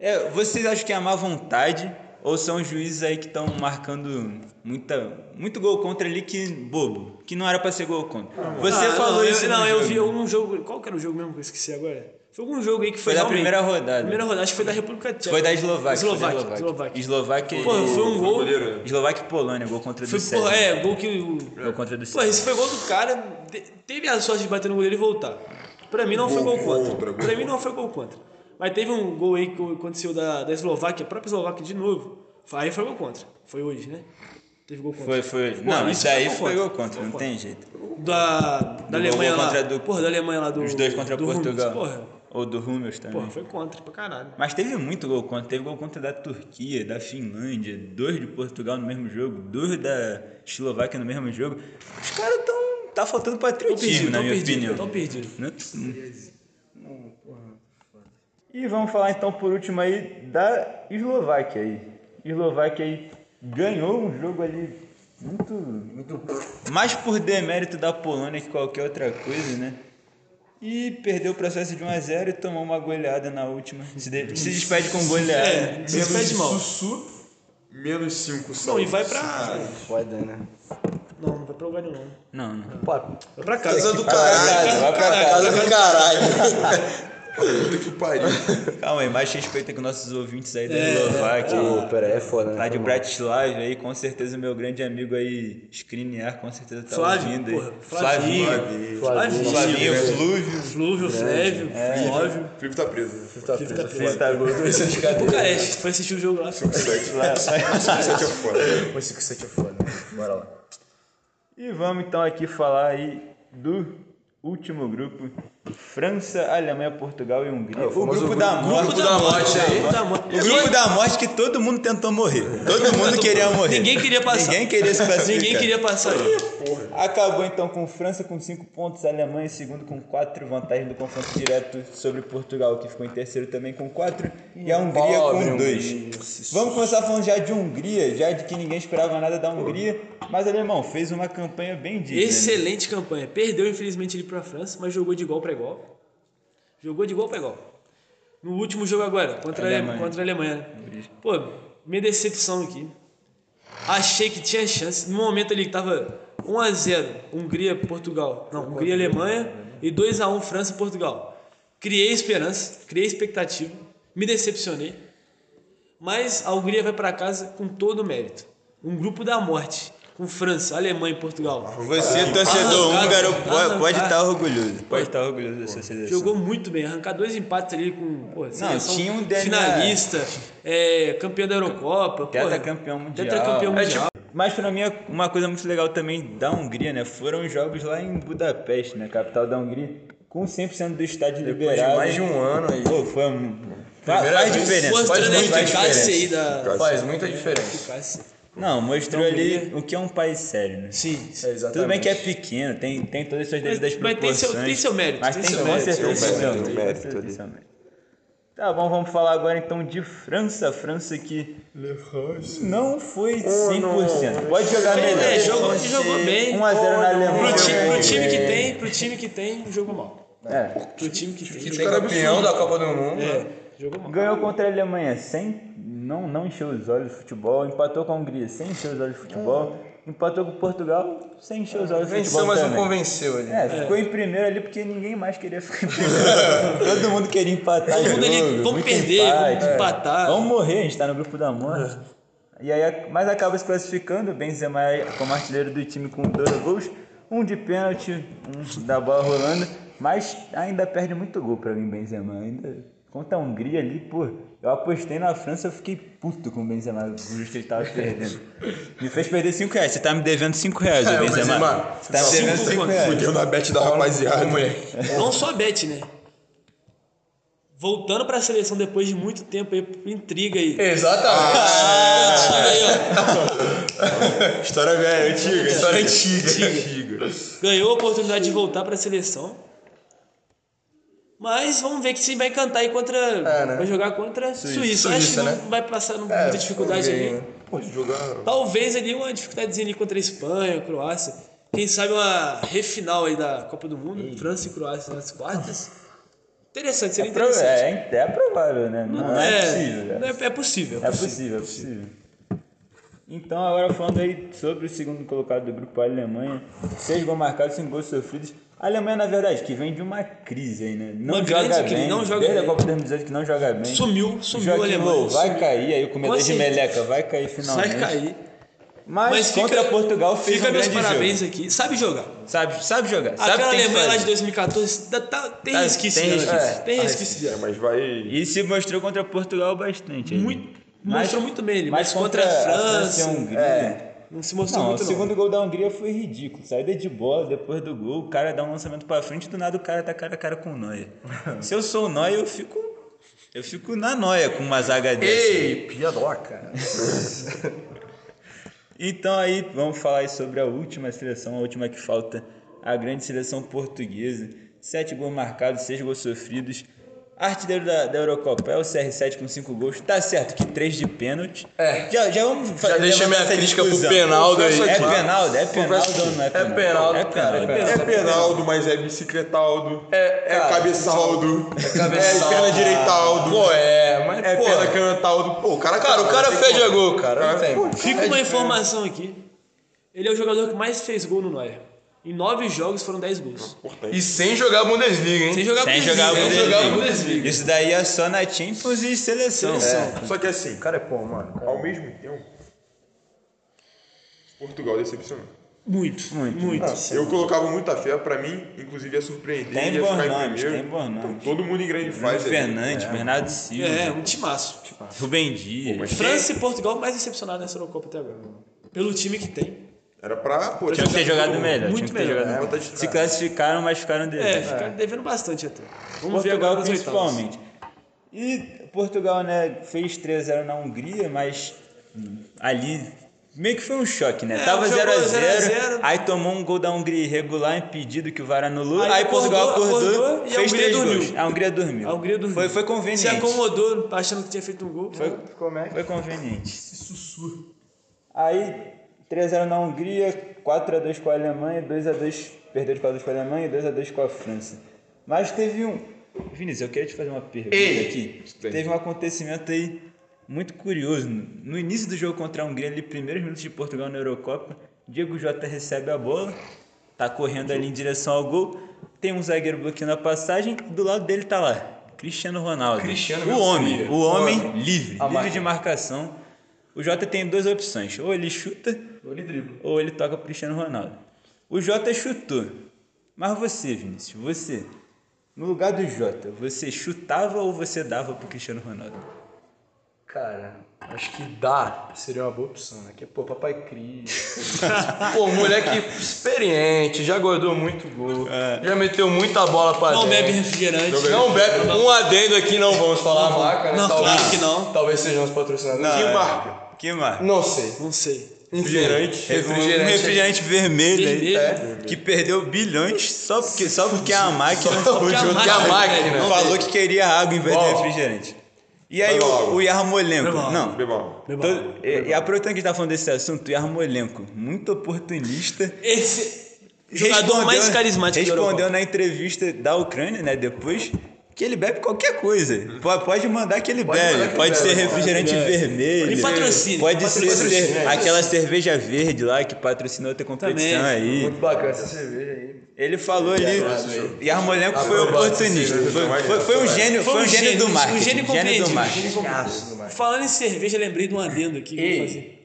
[SPEAKER 1] É, vocês acham que é a má vontade ou são os juízes aí que estão marcando muita, muito gol contra ali que bobo, que não era pra ser gol contra? Você
[SPEAKER 3] Ah,
[SPEAKER 1] falou
[SPEAKER 3] não,
[SPEAKER 1] isso né,
[SPEAKER 3] Eu,
[SPEAKER 1] no
[SPEAKER 3] não, eu
[SPEAKER 1] jogo.
[SPEAKER 3] vi algum jogo. Qual que era o jogo mesmo que eu esqueci agora? Foi algum jogo aí que foi.
[SPEAKER 1] Foi da
[SPEAKER 3] realmente-
[SPEAKER 1] primeira rodada.
[SPEAKER 3] Primeira rodada, acho que foi da República Tcheca.
[SPEAKER 1] Foi da Eslováquia. foi da
[SPEAKER 3] Eslováquia. Eslováquia.
[SPEAKER 1] Eslováquia.
[SPEAKER 3] Pô, foi um gol.
[SPEAKER 4] goleiro, né?
[SPEAKER 1] Eslováquia e Polônia, gol contra
[SPEAKER 3] Foi,
[SPEAKER 1] do
[SPEAKER 3] porra,
[SPEAKER 1] Sérgio.
[SPEAKER 3] é, gol que. o-
[SPEAKER 1] Gol contra do
[SPEAKER 3] Pô,
[SPEAKER 1] Sérgio.
[SPEAKER 3] esse foi gol do cara. te- Teve a sorte de bater no goleiro e voltar. Pra mim não foi
[SPEAKER 4] Gol
[SPEAKER 3] gol contra.
[SPEAKER 4] contra, gol
[SPEAKER 3] Pra mim não foi gol contra. Mas teve um gol aí que aconteceu da, da Eslováquia, a própria Eslováquia de novo. Aí foi gol contra. Foi hoje, né? Teve gol contra.
[SPEAKER 1] Foi, foi. Não,
[SPEAKER 3] isso é
[SPEAKER 1] isso aí
[SPEAKER 3] foi
[SPEAKER 1] foi
[SPEAKER 3] contra.
[SPEAKER 1] gol contra, não tem jeito.
[SPEAKER 3] Da, da
[SPEAKER 1] gol
[SPEAKER 3] Alemanha lá.
[SPEAKER 1] contra do-
[SPEAKER 3] Porra, da Alemanha lá do.
[SPEAKER 1] Os dois contra
[SPEAKER 3] do
[SPEAKER 1] Portugal.
[SPEAKER 3] Hummels, Porra,
[SPEAKER 1] Ou do Hummels também.
[SPEAKER 3] porra, foi contra pra caralho.
[SPEAKER 1] Mas teve muito gol contra. Teve gol contra da Turquia, da Finlândia, dois de Portugal no mesmo jogo, dois da Eslováquia no mesmo jogo. Os caras estão. Tá faltando patriotismo,
[SPEAKER 3] perdido,
[SPEAKER 1] na
[SPEAKER 3] tão
[SPEAKER 1] minha
[SPEAKER 3] perdido,
[SPEAKER 1] opinião.
[SPEAKER 3] tão perdido.
[SPEAKER 1] Não é possível. E vamos falar então por último aí da Eslováquia aí. Eslováquia aí ganhou um jogo ali muito mais por demérito da Polônia que qualquer outra coisa, né? E perdeu o processo de 1x0 e tomou uma goleada na última. Se, de- se despede com goleada.
[SPEAKER 3] É, se despede mal.
[SPEAKER 4] Sussu, menos 5
[SPEAKER 3] Não, e vai pra.
[SPEAKER 2] Foda, né?
[SPEAKER 3] Não, não vai pra lugar nenhum.
[SPEAKER 1] Não, não.
[SPEAKER 2] Pô,
[SPEAKER 3] Vai pra casa.
[SPEAKER 2] do
[SPEAKER 1] Vai pra
[SPEAKER 2] caralho.
[SPEAKER 1] casa, vai pra casa.
[SPEAKER 2] Casa do caralho.
[SPEAKER 4] Puta que pariu.
[SPEAKER 1] Calma aí, mais respeito com nossos ouvintes aí da
[SPEAKER 3] É.
[SPEAKER 1] Eslováquia.
[SPEAKER 5] Pô, pera aí, é foda, né?
[SPEAKER 1] Lá de Bratislava aí, com certeza meu grande amigo aí, Screenear, com certeza tá
[SPEAKER 3] Flávio,
[SPEAKER 1] ouvindo aí.
[SPEAKER 3] porra, Flavinho.
[SPEAKER 5] Flavinho.
[SPEAKER 1] um Flavinho,
[SPEAKER 3] Flavinho.
[SPEAKER 1] Flúvio.
[SPEAKER 3] Flúvio, Flávio,
[SPEAKER 1] É.
[SPEAKER 3] Flávio.
[SPEAKER 4] Felipe tá preso. né?
[SPEAKER 5] Tá preso,
[SPEAKER 3] Fica
[SPEAKER 5] Flavinho.
[SPEAKER 3] preso.
[SPEAKER 1] Tá bom, dois anos cada um.
[SPEAKER 3] Bucareste, foi assistir o jogo lá.
[SPEAKER 1] Lá, lá.
[SPEAKER 4] Isso aqui é foda.
[SPEAKER 5] Pô, esse que Ah, você tinha foda. Bora lá.
[SPEAKER 1] E vamos então aqui falar aí do último grupo. França, Alemanha, Portugal e Hungria. o
[SPEAKER 5] famoso
[SPEAKER 1] grupo da morte.
[SPEAKER 3] Grupo da morte né? aí. Grupo da
[SPEAKER 1] O
[SPEAKER 3] morte.
[SPEAKER 1] grupo da morte que todo mundo tentou morrer. Todo mundo queria morrer.
[SPEAKER 3] Ninguém queria passar.
[SPEAKER 1] Ninguém queria se classificar.
[SPEAKER 3] Ninguém queria passar.
[SPEAKER 1] Acabou então com França com 5 pontos, Alemanha em segundo com 4, vantagem do confronto direto sobre Portugal, que ficou em terceiro também com 4, e a Hungria
[SPEAKER 5] pobre
[SPEAKER 1] com 2. Vamos começar falando já de Hungria, já de que ninguém esperava nada da Hungria, mas alemão fez uma campanha bem digna. né?
[SPEAKER 3] Excelente campanha. Perdeu, infelizmente, ele pra França, mas jogou de igual pra igual. Jogou de igual pra igual. No último jogo agora, contra a
[SPEAKER 1] Alemanha.
[SPEAKER 3] Alemanha. Contra a Alemanha. né? Pô, minha decepção aqui. Achei que tinha chance. No momento ele tava 1x0 Hungria, Portugal. Não, Hungria, Alemanha. E 2x1 França, Portugal. Criei esperança, criei expectativa. Me decepcionei. Mas a Hungria vai pra casa com todo o mérito. Um grupo da morte. Com França, Alemanha e Portugal.
[SPEAKER 1] Você, torcedor
[SPEAKER 3] Arrancado,
[SPEAKER 1] húngaro, po-
[SPEAKER 3] arrancado.
[SPEAKER 1] pode estar Tá orgulhoso. Pode estar orgulhoso dessa seleção.
[SPEAKER 3] Jogou muito bem, arrancar dois empates ali com pô, seleção
[SPEAKER 1] tinha um DNA.
[SPEAKER 3] finalista, é, campeão da Eurocopa, pô,
[SPEAKER 1] Tetracampeão mundial.
[SPEAKER 3] tetracampeão
[SPEAKER 1] É,
[SPEAKER 3] mundial.
[SPEAKER 1] tipo, mas pra mim, é uma coisa muito legal também da Hungria, né? Foram os jogos lá em Budapeste, né? Capital da Hungria, com 100% do estádio liberado.
[SPEAKER 5] mais de um ano aí.
[SPEAKER 1] Pô, foi um... Fa- Faz,
[SPEAKER 5] Primeira vez.
[SPEAKER 1] diferença. faz
[SPEAKER 3] mostrando a
[SPEAKER 1] muito mais
[SPEAKER 3] eficácia
[SPEAKER 1] diferença.
[SPEAKER 3] um aí da
[SPEAKER 5] Faz muita diferença.
[SPEAKER 3] eficácia.
[SPEAKER 1] Não, mostrou
[SPEAKER 3] Da
[SPEAKER 1] ali
[SPEAKER 3] Hungria.
[SPEAKER 1] o que é um país sério, né?
[SPEAKER 3] Sim,
[SPEAKER 5] É, exatamente.
[SPEAKER 1] Tudo bem que é pequeno, tem, tem todas as suas
[SPEAKER 3] Mas-
[SPEAKER 1] devidas
[SPEAKER 3] mas tem
[SPEAKER 1] proporções.
[SPEAKER 3] seu- tem seu mérito,
[SPEAKER 1] Mas
[SPEAKER 3] tem
[SPEAKER 1] tem
[SPEAKER 3] seu
[SPEAKER 1] com
[SPEAKER 3] mérito,
[SPEAKER 1] certeza
[SPEAKER 4] tem seu
[SPEAKER 1] seu
[SPEAKER 4] mérito,
[SPEAKER 1] mérito,
[SPEAKER 4] tem
[SPEAKER 1] com
[SPEAKER 4] mérito
[SPEAKER 1] certeza
[SPEAKER 4] ali.
[SPEAKER 1] seu mérito. Tá bom, vamos falar agora então de França. França que não foi 100%. Pode jogar melhor.
[SPEAKER 3] É, Oh, jogou, jogou bem. Oh,
[SPEAKER 1] 1x0 na Alemanha.
[SPEAKER 3] Pro time, pro time que tem, pro time que tem, jogou mal.
[SPEAKER 1] É.
[SPEAKER 3] Pro time que tem, é
[SPEAKER 5] Tem
[SPEAKER 3] jogou mal.
[SPEAKER 5] campeão da Copa do Mundo.
[SPEAKER 3] né? É, jogou mal.
[SPEAKER 1] Ganhou contra a Alemanha sem. Não, não encheu os olhos de futebol. Empatou com a Hungria sem encher os olhos de futebol.
[SPEAKER 3] Hum.
[SPEAKER 1] Empatou com Portugal sem encher os olhos de
[SPEAKER 5] Venceu,
[SPEAKER 1] futebol.
[SPEAKER 3] um
[SPEAKER 5] mas não
[SPEAKER 1] também.
[SPEAKER 5] convenceu ali.
[SPEAKER 1] É, ficou em primeiro ali porque ninguém mais queria ficar em primeiro. *laughs* Todo mundo queria empatar.
[SPEAKER 3] Todo mundo ali,
[SPEAKER 1] jogo,
[SPEAKER 3] vamos
[SPEAKER 1] muito
[SPEAKER 3] perder, vamos
[SPEAKER 1] é.
[SPEAKER 3] empatar.
[SPEAKER 1] Vamos morrer, a gente tá no grupo da morte. E aí, mas acaba se classificando, o Benzema é como artilheiro do time com dois gols, um de pênalti, um da bola rolando, mas ainda perde muito gol pra mim, Benzema. Ainda contra a Hungria ali, pô, eu apostei na França, eu fiquei puto com o Benzema, o juros que ele tava perdendo. *laughs* Me fez perder 5 reais, você tá me devendo 5 reais, ô Benzema.
[SPEAKER 5] Benzema,
[SPEAKER 1] Você tá me devendo 5 reais.
[SPEAKER 4] Fudeu na bet da rapaziada.
[SPEAKER 3] Não só a Bet, né? Voltando pra seleção depois de muito tempo aí, intriga aí.
[SPEAKER 1] É.
[SPEAKER 5] Exatamente.
[SPEAKER 3] Tira aí, ó.
[SPEAKER 4] História velha,
[SPEAKER 3] É.
[SPEAKER 4] antiga.
[SPEAKER 5] História é antiga.
[SPEAKER 4] Antiga.
[SPEAKER 3] ganhou a oportunidade de voltar para a seleção. Mas vamos ver que se vai cantar aí contra.
[SPEAKER 1] É,
[SPEAKER 5] né?
[SPEAKER 3] Vai jogar contra a Suíça. Acho que
[SPEAKER 5] Suíça,
[SPEAKER 3] não
[SPEAKER 5] né?
[SPEAKER 3] vai passar não- muita dificuldade
[SPEAKER 5] vamos ver,
[SPEAKER 3] ali.
[SPEAKER 5] né?
[SPEAKER 4] Pô, jogar.
[SPEAKER 3] Talvez ali uma dificuldadezinha ali contra a Espanha, Croácia. Quem sabe uma refinal aí da Copa do Mundo, França e Croácia nas quartas. Interessante, seria
[SPEAKER 1] É, prova-
[SPEAKER 3] interessante.
[SPEAKER 1] é, é provável, né? Não, é, possível.
[SPEAKER 3] não é- é possível.
[SPEAKER 1] É possível, é possível. Então, agora falando aí sobre o segundo colocado do grupo a Alemanha, seis gols marcados, cinco gols sofridos. A Alemanha, na verdade, que vem de uma crise aí, né? Não
[SPEAKER 3] Uma
[SPEAKER 1] joga
[SPEAKER 3] grande
[SPEAKER 1] bem.
[SPEAKER 3] crise, não joga
[SPEAKER 1] desde a
[SPEAKER 3] bem.
[SPEAKER 1] Copa de 2018 que não joga bem.
[SPEAKER 3] Sumiu, sumiu a
[SPEAKER 1] Joaquim
[SPEAKER 3] Alemanha.
[SPEAKER 1] Low vai cair, aí o comedor
[SPEAKER 3] Com
[SPEAKER 1] de
[SPEAKER 3] certeza.
[SPEAKER 1] meleca vai cair finalmente.
[SPEAKER 3] Vai cair.
[SPEAKER 1] Mas, contra Portugal fez
[SPEAKER 3] fica
[SPEAKER 1] um
[SPEAKER 3] meus
[SPEAKER 1] grande
[SPEAKER 3] parabéns
[SPEAKER 1] jogo.
[SPEAKER 3] aqui. Sabe jogar.
[SPEAKER 1] Sabe, sabe jogar, sabe
[SPEAKER 3] Aquela
[SPEAKER 1] o que tem que
[SPEAKER 3] Alemanha lá de
[SPEAKER 1] fazer.
[SPEAKER 3] 2014 tá- tá- tem
[SPEAKER 1] Tá-
[SPEAKER 3] resquício
[SPEAKER 1] tem tá
[SPEAKER 3] dela.
[SPEAKER 1] resquício.
[SPEAKER 3] Tem resquício dela.
[SPEAKER 4] É, mas vai.
[SPEAKER 1] E se mostrou contra Portugal bastante. aí, né?
[SPEAKER 3] Muito-
[SPEAKER 1] Mas-
[SPEAKER 3] mostrou muito bem ele, mas contra a
[SPEAKER 1] e a
[SPEAKER 3] França, é,
[SPEAKER 1] Hungria,
[SPEAKER 3] Não se mostrou
[SPEAKER 1] Não, o
[SPEAKER 3] muito não.
[SPEAKER 1] segundo gol da Hungria foi ridículo. Saída de bola, depois do gol, o cara dá um lançamento pra frente, do nada o cara tá cara a cara com o
[SPEAKER 3] *laughs*
[SPEAKER 1] Noia. Se eu sou o Noia, eu fico. Eu fico na noia com uma zaga dessa.
[SPEAKER 5] Ei, piadoca.
[SPEAKER 1] Então aí vamos falar aí sobre a última seleção, a última que falta, a grande seleção portuguesa. Sete gols marcados, seis gols sofridos. Artilheiro da, da Eurocopa é o CR7 com cinco gols. Tá certo que três de pênalti.
[SPEAKER 5] É.
[SPEAKER 1] Já, já vamos fazer.
[SPEAKER 5] deixa minha crítica pro Penaldo aí.
[SPEAKER 1] É Penaldo, é Penaldo ou não é
[SPEAKER 5] É
[SPEAKER 1] Penaldo?
[SPEAKER 5] Penaldo,
[SPEAKER 1] é
[SPEAKER 5] cara, é
[SPEAKER 1] Penaldo.
[SPEAKER 5] Penaldo.
[SPEAKER 4] É penaldo, mas é bicicletaldo.
[SPEAKER 5] É,
[SPEAKER 4] é
[SPEAKER 5] cara,
[SPEAKER 4] cabeçaldo. É
[SPEAKER 5] cabeçaldo.
[SPEAKER 4] perna direitaldo.
[SPEAKER 5] Pô, é, mas
[SPEAKER 4] É
[SPEAKER 5] pô,
[SPEAKER 4] perna cantaldo. Pô, o cara.
[SPEAKER 5] Cara, o cara
[SPEAKER 4] tem
[SPEAKER 5] fede
[SPEAKER 4] como.
[SPEAKER 5] a
[SPEAKER 1] É.
[SPEAKER 5] gol, cara. Não tem.
[SPEAKER 3] é Fica uma informação aqui. Ele é o jogador que mais fez gol no Neuer. Em nove jogos foram 10 gols.
[SPEAKER 4] Importante.
[SPEAKER 2] E sem jogar a Bundesliga, hein?
[SPEAKER 3] Sem jogar
[SPEAKER 1] Sem jogar a
[SPEAKER 3] Bundesliga.
[SPEAKER 1] Bundesliga.
[SPEAKER 3] Bundesliga.
[SPEAKER 1] Isso daí é só na Champions e seleção.
[SPEAKER 4] Só que assim,
[SPEAKER 5] O cara é pô, mano.
[SPEAKER 4] ao mesmo tempo, Portugal decepcionou.
[SPEAKER 3] Muito, muito.
[SPEAKER 5] Ah,
[SPEAKER 4] Eu colocava muita fé, pra mim, inclusive ia surpreender,
[SPEAKER 1] Tem
[SPEAKER 4] ia
[SPEAKER 1] bons
[SPEAKER 4] ficar em
[SPEAKER 1] nomes,
[SPEAKER 4] primeiro.
[SPEAKER 1] tem bons nomes.
[SPEAKER 4] Então, todo mundo em grande
[SPEAKER 1] Bruno
[SPEAKER 4] fase. ali.
[SPEAKER 1] Fernandes, Bernardo Silva,
[SPEAKER 3] É, um timaço.
[SPEAKER 1] Rubem Dias.
[SPEAKER 4] mas-
[SPEAKER 3] França e Portugal mais decepcionados nessa Eurocopa até agora. Pelo time que tem.
[SPEAKER 4] Era pra, pô,
[SPEAKER 1] Tinha que ter jogado
[SPEAKER 4] todo mundo.
[SPEAKER 1] melhor.
[SPEAKER 3] Muito
[SPEAKER 1] tinha que ter
[SPEAKER 3] melhor.
[SPEAKER 1] jogado
[SPEAKER 4] É,
[SPEAKER 1] melhor.
[SPEAKER 4] tá de
[SPEAKER 1] Se
[SPEAKER 4] cara.
[SPEAKER 1] classificaram, mas ficaram dele.
[SPEAKER 3] É, fica devendo bastante até. Vamos ver
[SPEAKER 1] Portugal
[SPEAKER 3] agora nas oitavas.
[SPEAKER 1] principalmente. E Portugal, né, fez 3x0 na Hungria, mas hum, ali meio que foi um choque, né?
[SPEAKER 3] É,
[SPEAKER 1] Tava
[SPEAKER 3] jogou
[SPEAKER 1] 0x0,
[SPEAKER 3] 0.
[SPEAKER 1] aí tomou um gol da Hungria irregular, impedido que o VAR anulou, aí,
[SPEAKER 3] Aí
[SPEAKER 1] Portugal
[SPEAKER 3] acordou,
[SPEAKER 1] acordou,
[SPEAKER 3] acordou e a
[SPEAKER 1] fez
[SPEAKER 3] Hungria
[SPEAKER 1] 3 gols.
[SPEAKER 3] dormiu.
[SPEAKER 1] A Hungria dormiu.
[SPEAKER 3] A Hungria dormiu.
[SPEAKER 1] Foi, foi conveniente.
[SPEAKER 3] Se acomodou achando que tinha feito um gol.
[SPEAKER 1] Foi,
[SPEAKER 2] Como é que-
[SPEAKER 1] foi conveniente. Esse sussurro. Aí, 3x0 na Hungria, 4x2 com a Alemanha, 2x2, perdeu de 4x2 com a Alemanha e 2x2 com a França. Mas teve um. Vinícius, eu queria te fazer uma pergunta aqui. Teve um acontecimento aí muito curioso. No no início do jogo contra a Hungria, ali, primeiros minutos de Portugal na Eurocopa, Diego Jota recebe a bola, tá correndo ali em direção ao gol, tem um zagueiro bloqueando a passagem, do lado dele tá lá. Cristiano Ronaldo.
[SPEAKER 5] Cristiano
[SPEAKER 1] o
[SPEAKER 5] Ronaldo.
[SPEAKER 1] homem, o homem livre,
[SPEAKER 5] A
[SPEAKER 1] livre de marcação. O Jota tem duas opções, ou ele chuta,
[SPEAKER 5] Ou ele dribla.
[SPEAKER 1] ou ele toca pro Cristiano Ronaldo. O Jota chutou. Mas você, Vinícius, você, no lugar do Jota, você chutava ou você dava pro Cristiano Ronaldo?
[SPEAKER 5] Cara, acho que dá. Seria uma boa opção, né? Que, pô, papai Cris.
[SPEAKER 2] Pô, moleque experiente, já guardou muito gol, já meteu muita bola pra
[SPEAKER 3] Não
[SPEAKER 2] dentro.
[SPEAKER 3] bebe refrigerante.
[SPEAKER 2] Não bebe. Um adendo aqui, não vamos falar a marca, né?
[SPEAKER 3] Não,
[SPEAKER 2] talvez,
[SPEAKER 3] claro que não.
[SPEAKER 2] Talvez sejam os patrocinadores.
[SPEAKER 1] Não,
[SPEAKER 2] Que
[SPEAKER 1] é.
[SPEAKER 2] marca?
[SPEAKER 1] Que mais?
[SPEAKER 2] Não sei.
[SPEAKER 3] Não sei.
[SPEAKER 2] Refrigerante. Um Refrigerante.
[SPEAKER 1] Um refrigerante vermelho, aí, tá?
[SPEAKER 3] Vermelho.
[SPEAKER 1] que perdeu bilhões só porque, só porque a máquina
[SPEAKER 3] porque a
[SPEAKER 2] Que a
[SPEAKER 3] máquina-
[SPEAKER 2] máquina.
[SPEAKER 1] não falou que queria água em vez de
[SPEAKER 2] Ó.
[SPEAKER 1] refrigerante. E aí
[SPEAKER 4] Beba
[SPEAKER 1] o,
[SPEAKER 4] água.
[SPEAKER 1] o Yarmolenko,
[SPEAKER 3] Beba água.
[SPEAKER 1] não,
[SPEAKER 4] Bebão.
[SPEAKER 3] Meu irmão.
[SPEAKER 1] Tô- Então, e, e aproveitando que a gente tá falando desse assunto, o Yarmolenko, muito *laughs* oportunista.
[SPEAKER 3] Esse jogador
[SPEAKER 1] respondeu-
[SPEAKER 3] mais carismático da
[SPEAKER 1] Respondeu
[SPEAKER 3] Europa.
[SPEAKER 1] na entrevista da Ucrânia, né, depois, que ele bebe qualquer coisa. Po- Pode mandar que ele bebe. pode ser refrigerante vermelho.
[SPEAKER 3] E patrocínio,
[SPEAKER 1] Pode
[SPEAKER 3] patrocínio.
[SPEAKER 1] ser
[SPEAKER 3] Patrocínio.
[SPEAKER 1] aquela cerveja verde lá que patrocinou outra competição
[SPEAKER 3] Também.
[SPEAKER 1] aí.
[SPEAKER 5] Muito bacana essa cerveja aí.
[SPEAKER 1] Ele Tá falou ali. E Armolenco foi
[SPEAKER 4] Aprovado,
[SPEAKER 1] oportunista.
[SPEAKER 4] sim,
[SPEAKER 1] Foi,
[SPEAKER 4] mas-
[SPEAKER 1] foi, foi um gênio, foi um gênio do marketing.
[SPEAKER 3] Um gênio compreendido.
[SPEAKER 1] do marketing.
[SPEAKER 5] Caço do mais.
[SPEAKER 3] Falando em cerveja, lembrei de um adendo aqui que eu vou fazer.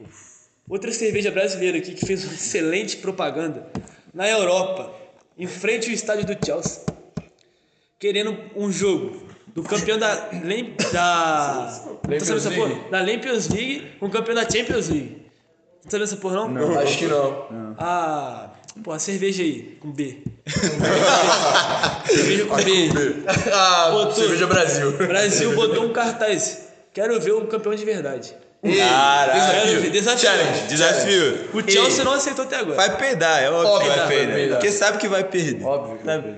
[SPEAKER 3] Outra cerveja brasileira aqui que fez uma excelente propaganda na Europa, em frente ao estádio do Chelsea, querendo um jogo do campeão da Lem- da tá sabendo essa porra? Da Champions League com o campeão da Champions League. Tá sabendo essa porra não?
[SPEAKER 2] Acho que não.
[SPEAKER 3] Ah, pô, a cerveja aí com B. cerveja com B.
[SPEAKER 2] Ah,
[SPEAKER 3] Botou.
[SPEAKER 2] cerveja Brasil.
[SPEAKER 3] O Brasil botou um cartaz. Quero ver o campeão de verdade. Quero ver,
[SPEAKER 1] Caralho.
[SPEAKER 3] desafio.
[SPEAKER 2] Challenge.
[SPEAKER 1] Desafio.
[SPEAKER 3] O Chelsea não aceitou até agora.
[SPEAKER 1] Vai peidar, é óbvio,
[SPEAKER 2] Óbvio
[SPEAKER 1] que
[SPEAKER 2] que
[SPEAKER 1] vai
[SPEAKER 2] vai
[SPEAKER 1] peidar.
[SPEAKER 2] peidar.
[SPEAKER 1] Porque sabe que vai perder.
[SPEAKER 5] Óbvio que vai
[SPEAKER 1] Sabe?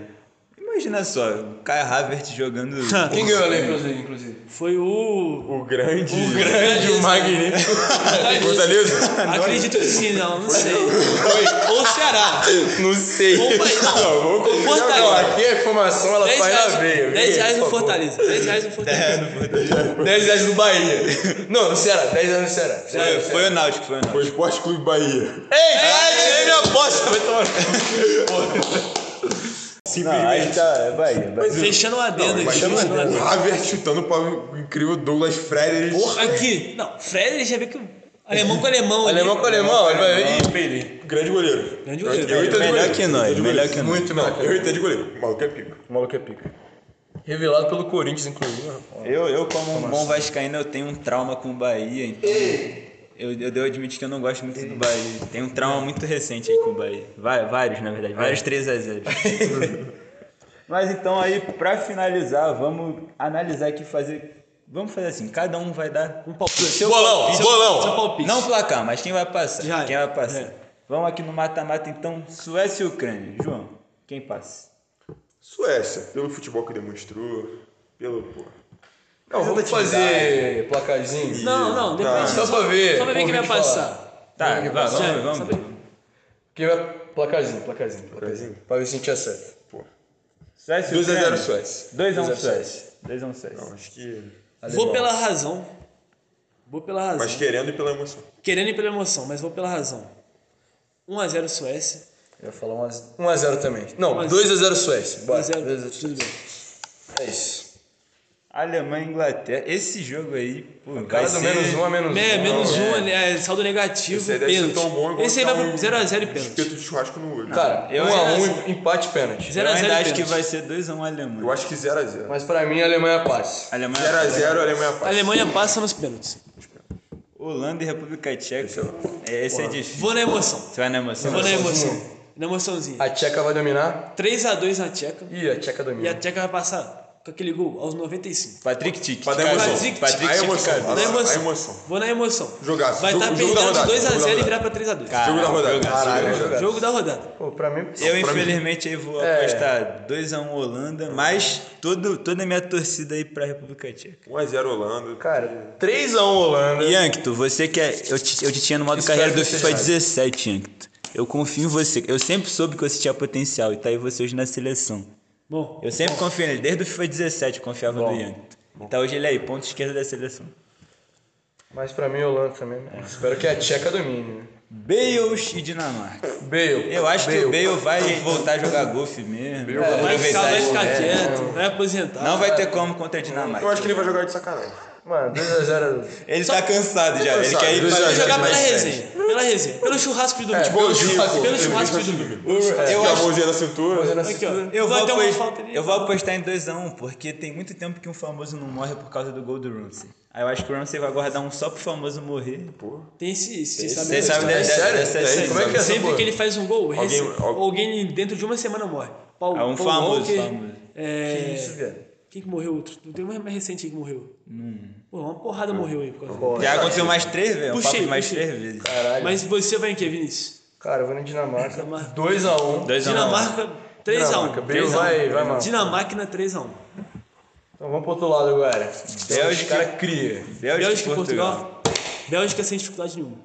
[SPEAKER 1] Imagina só, o Kai Havertz *laughs* jogando.
[SPEAKER 2] Quem ganhou a Champions League, *laughs* inclusive?
[SPEAKER 3] Foi o.
[SPEAKER 4] O grande.
[SPEAKER 3] O grande, o magnífico.
[SPEAKER 4] Fortaleza?
[SPEAKER 3] Acredito que sim, não, não sei. Ou o Ceará.
[SPEAKER 4] Não sei.
[SPEAKER 3] Ou o Bahia.
[SPEAKER 4] Não, vou
[SPEAKER 3] Ou o
[SPEAKER 4] combinar
[SPEAKER 2] Não,
[SPEAKER 3] Fortaleza.
[SPEAKER 2] aqui a informação ela
[SPEAKER 3] 10
[SPEAKER 2] faz na veia.
[SPEAKER 3] reais, 10
[SPEAKER 2] viu?
[SPEAKER 3] reais no
[SPEAKER 2] Por favor.
[SPEAKER 3] Fortaleza. 10 reais no Fortaleza.
[SPEAKER 2] 10 reais no Bahia. Não, no Ceará. 10 reais no Ceará.
[SPEAKER 1] Foi, é, foi o Náutico, foi o Náutico.
[SPEAKER 4] O Esporte Clube Bahia.
[SPEAKER 2] Ei, vai, tirei minha aposta. Vai tomar.
[SPEAKER 1] Não, aí tá, é Bahia, Bahia.
[SPEAKER 3] Fechando o adendo aqui.
[SPEAKER 4] Imagina
[SPEAKER 3] fechando o adendo.
[SPEAKER 4] o Havertz chutando para o incrível Douglas Freire.
[SPEAKER 3] Aqui. Não, Fred ele já vê que. o Alemão com alemão. ali. né?
[SPEAKER 2] Alemão com alemão, ele vai ver. Ih, peidei.
[SPEAKER 4] Grande goleiro.
[SPEAKER 3] Grande goleiro.
[SPEAKER 4] Eu entendo de
[SPEAKER 1] Melhor
[SPEAKER 4] goleiro.
[SPEAKER 1] que nós,
[SPEAKER 4] Eu entendo de
[SPEAKER 1] melhor
[SPEAKER 4] goleiro.
[SPEAKER 1] que nós.
[SPEAKER 4] Muito não. Eu entendo de goleiro. O maluco é pico.
[SPEAKER 2] O maluco é pica. Revelado pelo Corinthians, inclusive. rapaz.
[SPEAKER 1] Eu, eu, como um bom Vascaíno, eu tenho um trauma com o Bahia, então. Eu, eu devo admitir que eu não gosto muito do Bahia. Tem um trauma muito recente aí com o Bahia. Vai- vários, na verdade. Vários 3x0. É. *laughs* Mas então aí, pra finalizar, vamos analisar aqui fazer. Vamos fazer assim, cada um vai dar um palpite. Seu
[SPEAKER 2] Bolão,
[SPEAKER 1] palpite.
[SPEAKER 2] bolão.
[SPEAKER 3] Seu palpite.
[SPEAKER 1] Não placar, mas quem vai passar?
[SPEAKER 3] Já é.
[SPEAKER 1] Quem vai passar?
[SPEAKER 3] É.
[SPEAKER 1] Vamos aqui no mata-mata então, Suécia e Ucrânia. João, quem passa?
[SPEAKER 4] Suécia, pelo futebol que demonstrou, pelo. Pô.
[SPEAKER 2] Não, vamos fazer placarzinho.
[SPEAKER 3] Não, não,
[SPEAKER 4] Não,
[SPEAKER 3] depende.
[SPEAKER 2] só pra ver,
[SPEAKER 3] Só pra ver
[SPEAKER 2] ouvir
[SPEAKER 3] quem vai
[SPEAKER 2] falar.
[SPEAKER 3] passar.
[SPEAKER 1] Tá, vai, vamos,
[SPEAKER 3] Já,
[SPEAKER 1] ver, vamos.
[SPEAKER 3] sabe-
[SPEAKER 1] ver.
[SPEAKER 2] Quem vai. Placarzinho, placarzinho, placarzinho. Pra ver se a gente acerta.
[SPEAKER 4] pô.
[SPEAKER 1] Suécia e
[SPEAKER 4] 2 a 0
[SPEAKER 1] Ucrânia.
[SPEAKER 4] Suécia.
[SPEAKER 1] 2x1
[SPEAKER 2] 2x0
[SPEAKER 1] Suécia. 2x1 Suécia.
[SPEAKER 4] Não, acho que.
[SPEAKER 3] Vou pela razão. Vou pela razão.
[SPEAKER 4] Mas querendo e pela emoção.
[SPEAKER 3] Querendo ir pela emoção, mas vou pela razão. 1x0 Suécia.
[SPEAKER 2] Eu ia falar 1x0 também. Não,
[SPEAKER 3] Um a
[SPEAKER 2] 2x0 Suécia. Bora.
[SPEAKER 3] 1x0.
[SPEAKER 2] 2x0
[SPEAKER 3] Tudo bem.
[SPEAKER 2] É isso.
[SPEAKER 1] Alemanha e Inglaterra. Esse jogo aí, pô,
[SPEAKER 2] O cara
[SPEAKER 1] vai
[SPEAKER 2] do
[SPEAKER 1] ser-
[SPEAKER 2] menos 1 a menos 1.
[SPEAKER 3] É, menos um, né? saldo negativo,
[SPEAKER 4] Esse aí deve ser
[SPEAKER 3] pênalti.
[SPEAKER 4] tão bom igual
[SPEAKER 3] Esse aí
[SPEAKER 4] dar
[SPEAKER 3] vai
[SPEAKER 4] um
[SPEAKER 3] pro 0x0 e pênalti.
[SPEAKER 4] Espeto de churrasco no olho.
[SPEAKER 2] É. Cara,
[SPEAKER 1] Eu
[SPEAKER 2] 1x1, empate e pênalti.
[SPEAKER 1] Eu
[SPEAKER 3] 0 a 0
[SPEAKER 1] ainda acho que
[SPEAKER 3] pênalti.
[SPEAKER 1] vai ser 2x1 um
[SPEAKER 4] Eu
[SPEAKER 1] Alemanha.
[SPEAKER 4] acho que 0x0.
[SPEAKER 2] Mas pra mim, a Alemanha passa.
[SPEAKER 1] Alemanha.
[SPEAKER 4] 0x0, Alemanha
[SPEAKER 3] A
[SPEAKER 4] passa.
[SPEAKER 3] Alemanha passa nos pênaltis.
[SPEAKER 1] Holanda e República Tcheca. É, esse é difícil.
[SPEAKER 3] Vou na emoção.
[SPEAKER 1] Você vai na emoção.
[SPEAKER 3] Vou na emoção. Na emoçãozinha.
[SPEAKER 2] A Tcheca vai dominar?
[SPEAKER 3] 3x2 na Tcheca.
[SPEAKER 2] Ih, a Tcheca
[SPEAKER 3] E a
[SPEAKER 2] domina.
[SPEAKER 3] Tcheca vai passar com aquele gol aos 95.
[SPEAKER 1] Patrick Tick.
[SPEAKER 4] Pra dar emoção.
[SPEAKER 3] Patrick-
[SPEAKER 4] a
[SPEAKER 1] Tick.
[SPEAKER 4] emoção.
[SPEAKER 1] cara.
[SPEAKER 4] A,
[SPEAKER 3] Na
[SPEAKER 4] a
[SPEAKER 3] emoção.
[SPEAKER 4] emoção.
[SPEAKER 3] Vou na emoção.
[SPEAKER 4] Jogaço.
[SPEAKER 3] Vai
[SPEAKER 4] Jogo-
[SPEAKER 3] estar tá
[SPEAKER 4] jogo da
[SPEAKER 3] perdendo de
[SPEAKER 4] rodada.
[SPEAKER 3] 2x0 e
[SPEAKER 4] Jogo da
[SPEAKER 3] virar pra 3x2.
[SPEAKER 4] Jogo da rodada.
[SPEAKER 1] Jogaço,
[SPEAKER 4] Caralho.
[SPEAKER 2] jogaço.
[SPEAKER 4] jogaço.
[SPEAKER 3] Jogo da rodada.
[SPEAKER 2] Pô, pra mim,
[SPEAKER 1] Eu,
[SPEAKER 4] pra mim.
[SPEAKER 1] infelizmente, aí vou
[SPEAKER 2] É.
[SPEAKER 1] apostar 2x1 Holanda, mas todo, toda a minha torcida aí pra República Tcheca.
[SPEAKER 4] 1x0 Holanda.
[SPEAKER 2] cara, 3x1 Holanda.
[SPEAKER 1] Yankton, você que é. Eu te, eu te tinha no modo
[SPEAKER 2] Espero
[SPEAKER 1] carreira
[SPEAKER 2] que
[SPEAKER 1] do
[SPEAKER 2] você
[SPEAKER 1] FIFA
[SPEAKER 2] saiba.
[SPEAKER 1] 17, Yankton. Eu confio em você. Eu sempre soube que você tinha potencial e tá aí você hoje na seleção.
[SPEAKER 3] Bom,
[SPEAKER 1] Eu sempre confio nele, desde o FIFA 17 eu confiava no Yankton. Tá hoje ele aí, ponto esquerdo da seleção.
[SPEAKER 2] Mas pra mim, Holanda também.
[SPEAKER 3] É.
[SPEAKER 2] né? Espero que a Tcheca domine. né?
[SPEAKER 1] Bales e Dinamarca.
[SPEAKER 2] Bale.
[SPEAKER 1] Eu acho que o
[SPEAKER 2] Bale.
[SPEAKER 1] Bale vai voltar a jogar golfe mesmo.
[SPEAKER 2] vai
[SPEAKER 3] vai
[SPEAKER 1] aproveitar
[SPEAKER 3] ficar, vai
[SPEAKER 1] isso.
[SPEAKER 3] ficar quieto, vai aposentar.
[SPEAKER 1] Não vai ter como contra a Dinamarca.
[SPEAKER 4] Eu acho que ele vai jogar de sacanagem.
[SPEAKER 2] Mano, 2x0.
[SPEAKER 1] Ele tá cansado já, ele
[SPEAKER 4] cansado.
[SPEAKER 1] quer ir
[SPEAKER 4] Ele
[SPEAKER 1] pra
[SPEAKER 3] Vai
[SPEAKER 4] vai
[SPEAKER 3] jogar
[SPEAKER 4] jogar
[SPEAKER 3] pela
[SPEAKER 4] mais
[SPEAKER 3] resenha. Pela resenha. Pelo churrasco de domingo.
[SPEAKER 4] Bom dia, pô.
[SPEAKER 3] Pelo churrasco de domingo.
[SPEAKER 1] Eu
[SPEAKER 4] Eu a
[SPEAKER 1] acho-
[SPEAKER 4] mãozinha na cintura.
[SPEAKER 3] Aqui, ó.
[SPEAKER 1] Eu vou,
[SPEAKER 3] vai ter uma
[SPEAKER 1] apos-
[SPEAKER 3] falta ali.
[SPEAKER 1] eu vou apostar em 2x1, porque tem muito tempo que um famoso não morre por causa do gol do Ramsey. Aí eu acho que o Ramsey vai guardar um só pro famoso morrer.
[SPEAKER 3] Tem esse. esse- sabe
[SPEAKER 1] Vocês
[SPEAKER 3] essa
[SPEAKER 1] sabem
[SPEAKER 3] história?
[SPEAKER 1] dessa-
[SPEAKER 2] sério?
[SPEAKER 1] dessa-
[SPEAKER 2] É isso?
[SPEAKER 1] dessa-
[SPEAKER 2] Como é que é essa
[SPEAKER 3] Sempre
[SPEAKER 2] porra?
[SPEAKER 3] que ele faz um gol,
[SPEAKER 4] Alguém-
[SPEAKER 3] alguém,
[SPEAKER 4] al-
[SPEAKER 3] alguém dentro de uma semana morre. Paul,
[SPEAKER 1] É um
[SPEAKER 3] Paul
[SPEAKER 1] famoso,
[SPEAKER 3] Walker,
[SPEAKER 1] famoso.
[SPEAKER 3] É...
[SPEAKER 2] Que isso, velho?
[SPEAKER 3] Quem que morreu outro? Não tem um mais recente aí que morreu. Pô, uma porrada morreu aí. Por causa dele.
[SPEAKER 1] Já aconteceu mais três vezes, um
[SPEAKER 3] Puxei,
[SPEAKER 1] papo de mais
[SPEAKER 3] puxei.
[SPEAKER 1] três vezes.
[SPEAKER 2] Caralho.
[SPEAKER 3] Mas você vai em quê, Vinícius?
[SPEAKER 2] Cara, eu vou na Dinamarca.
[SPEAKER 3] Dinamarca.
[SPEAKER 2] 2x1.
[SPEAKER 1] 2x1.
[SPEAKER 3] Dinamarca 3x1.
[SPEAKER 2] Bale vai, vai, mano.
[SPEAKER 3] Dinamarca um. na 3x1.
[SPEAKER 2] Então vamos pro outro lado agora.
[SPEAKER 1] Bélgica.
[SPEAKER 2] Os cara cria.
[SPEAKER 1] Bélgica e Portugal.
[SPEAKER 3] Bélgica sem dificuldade nenhuma.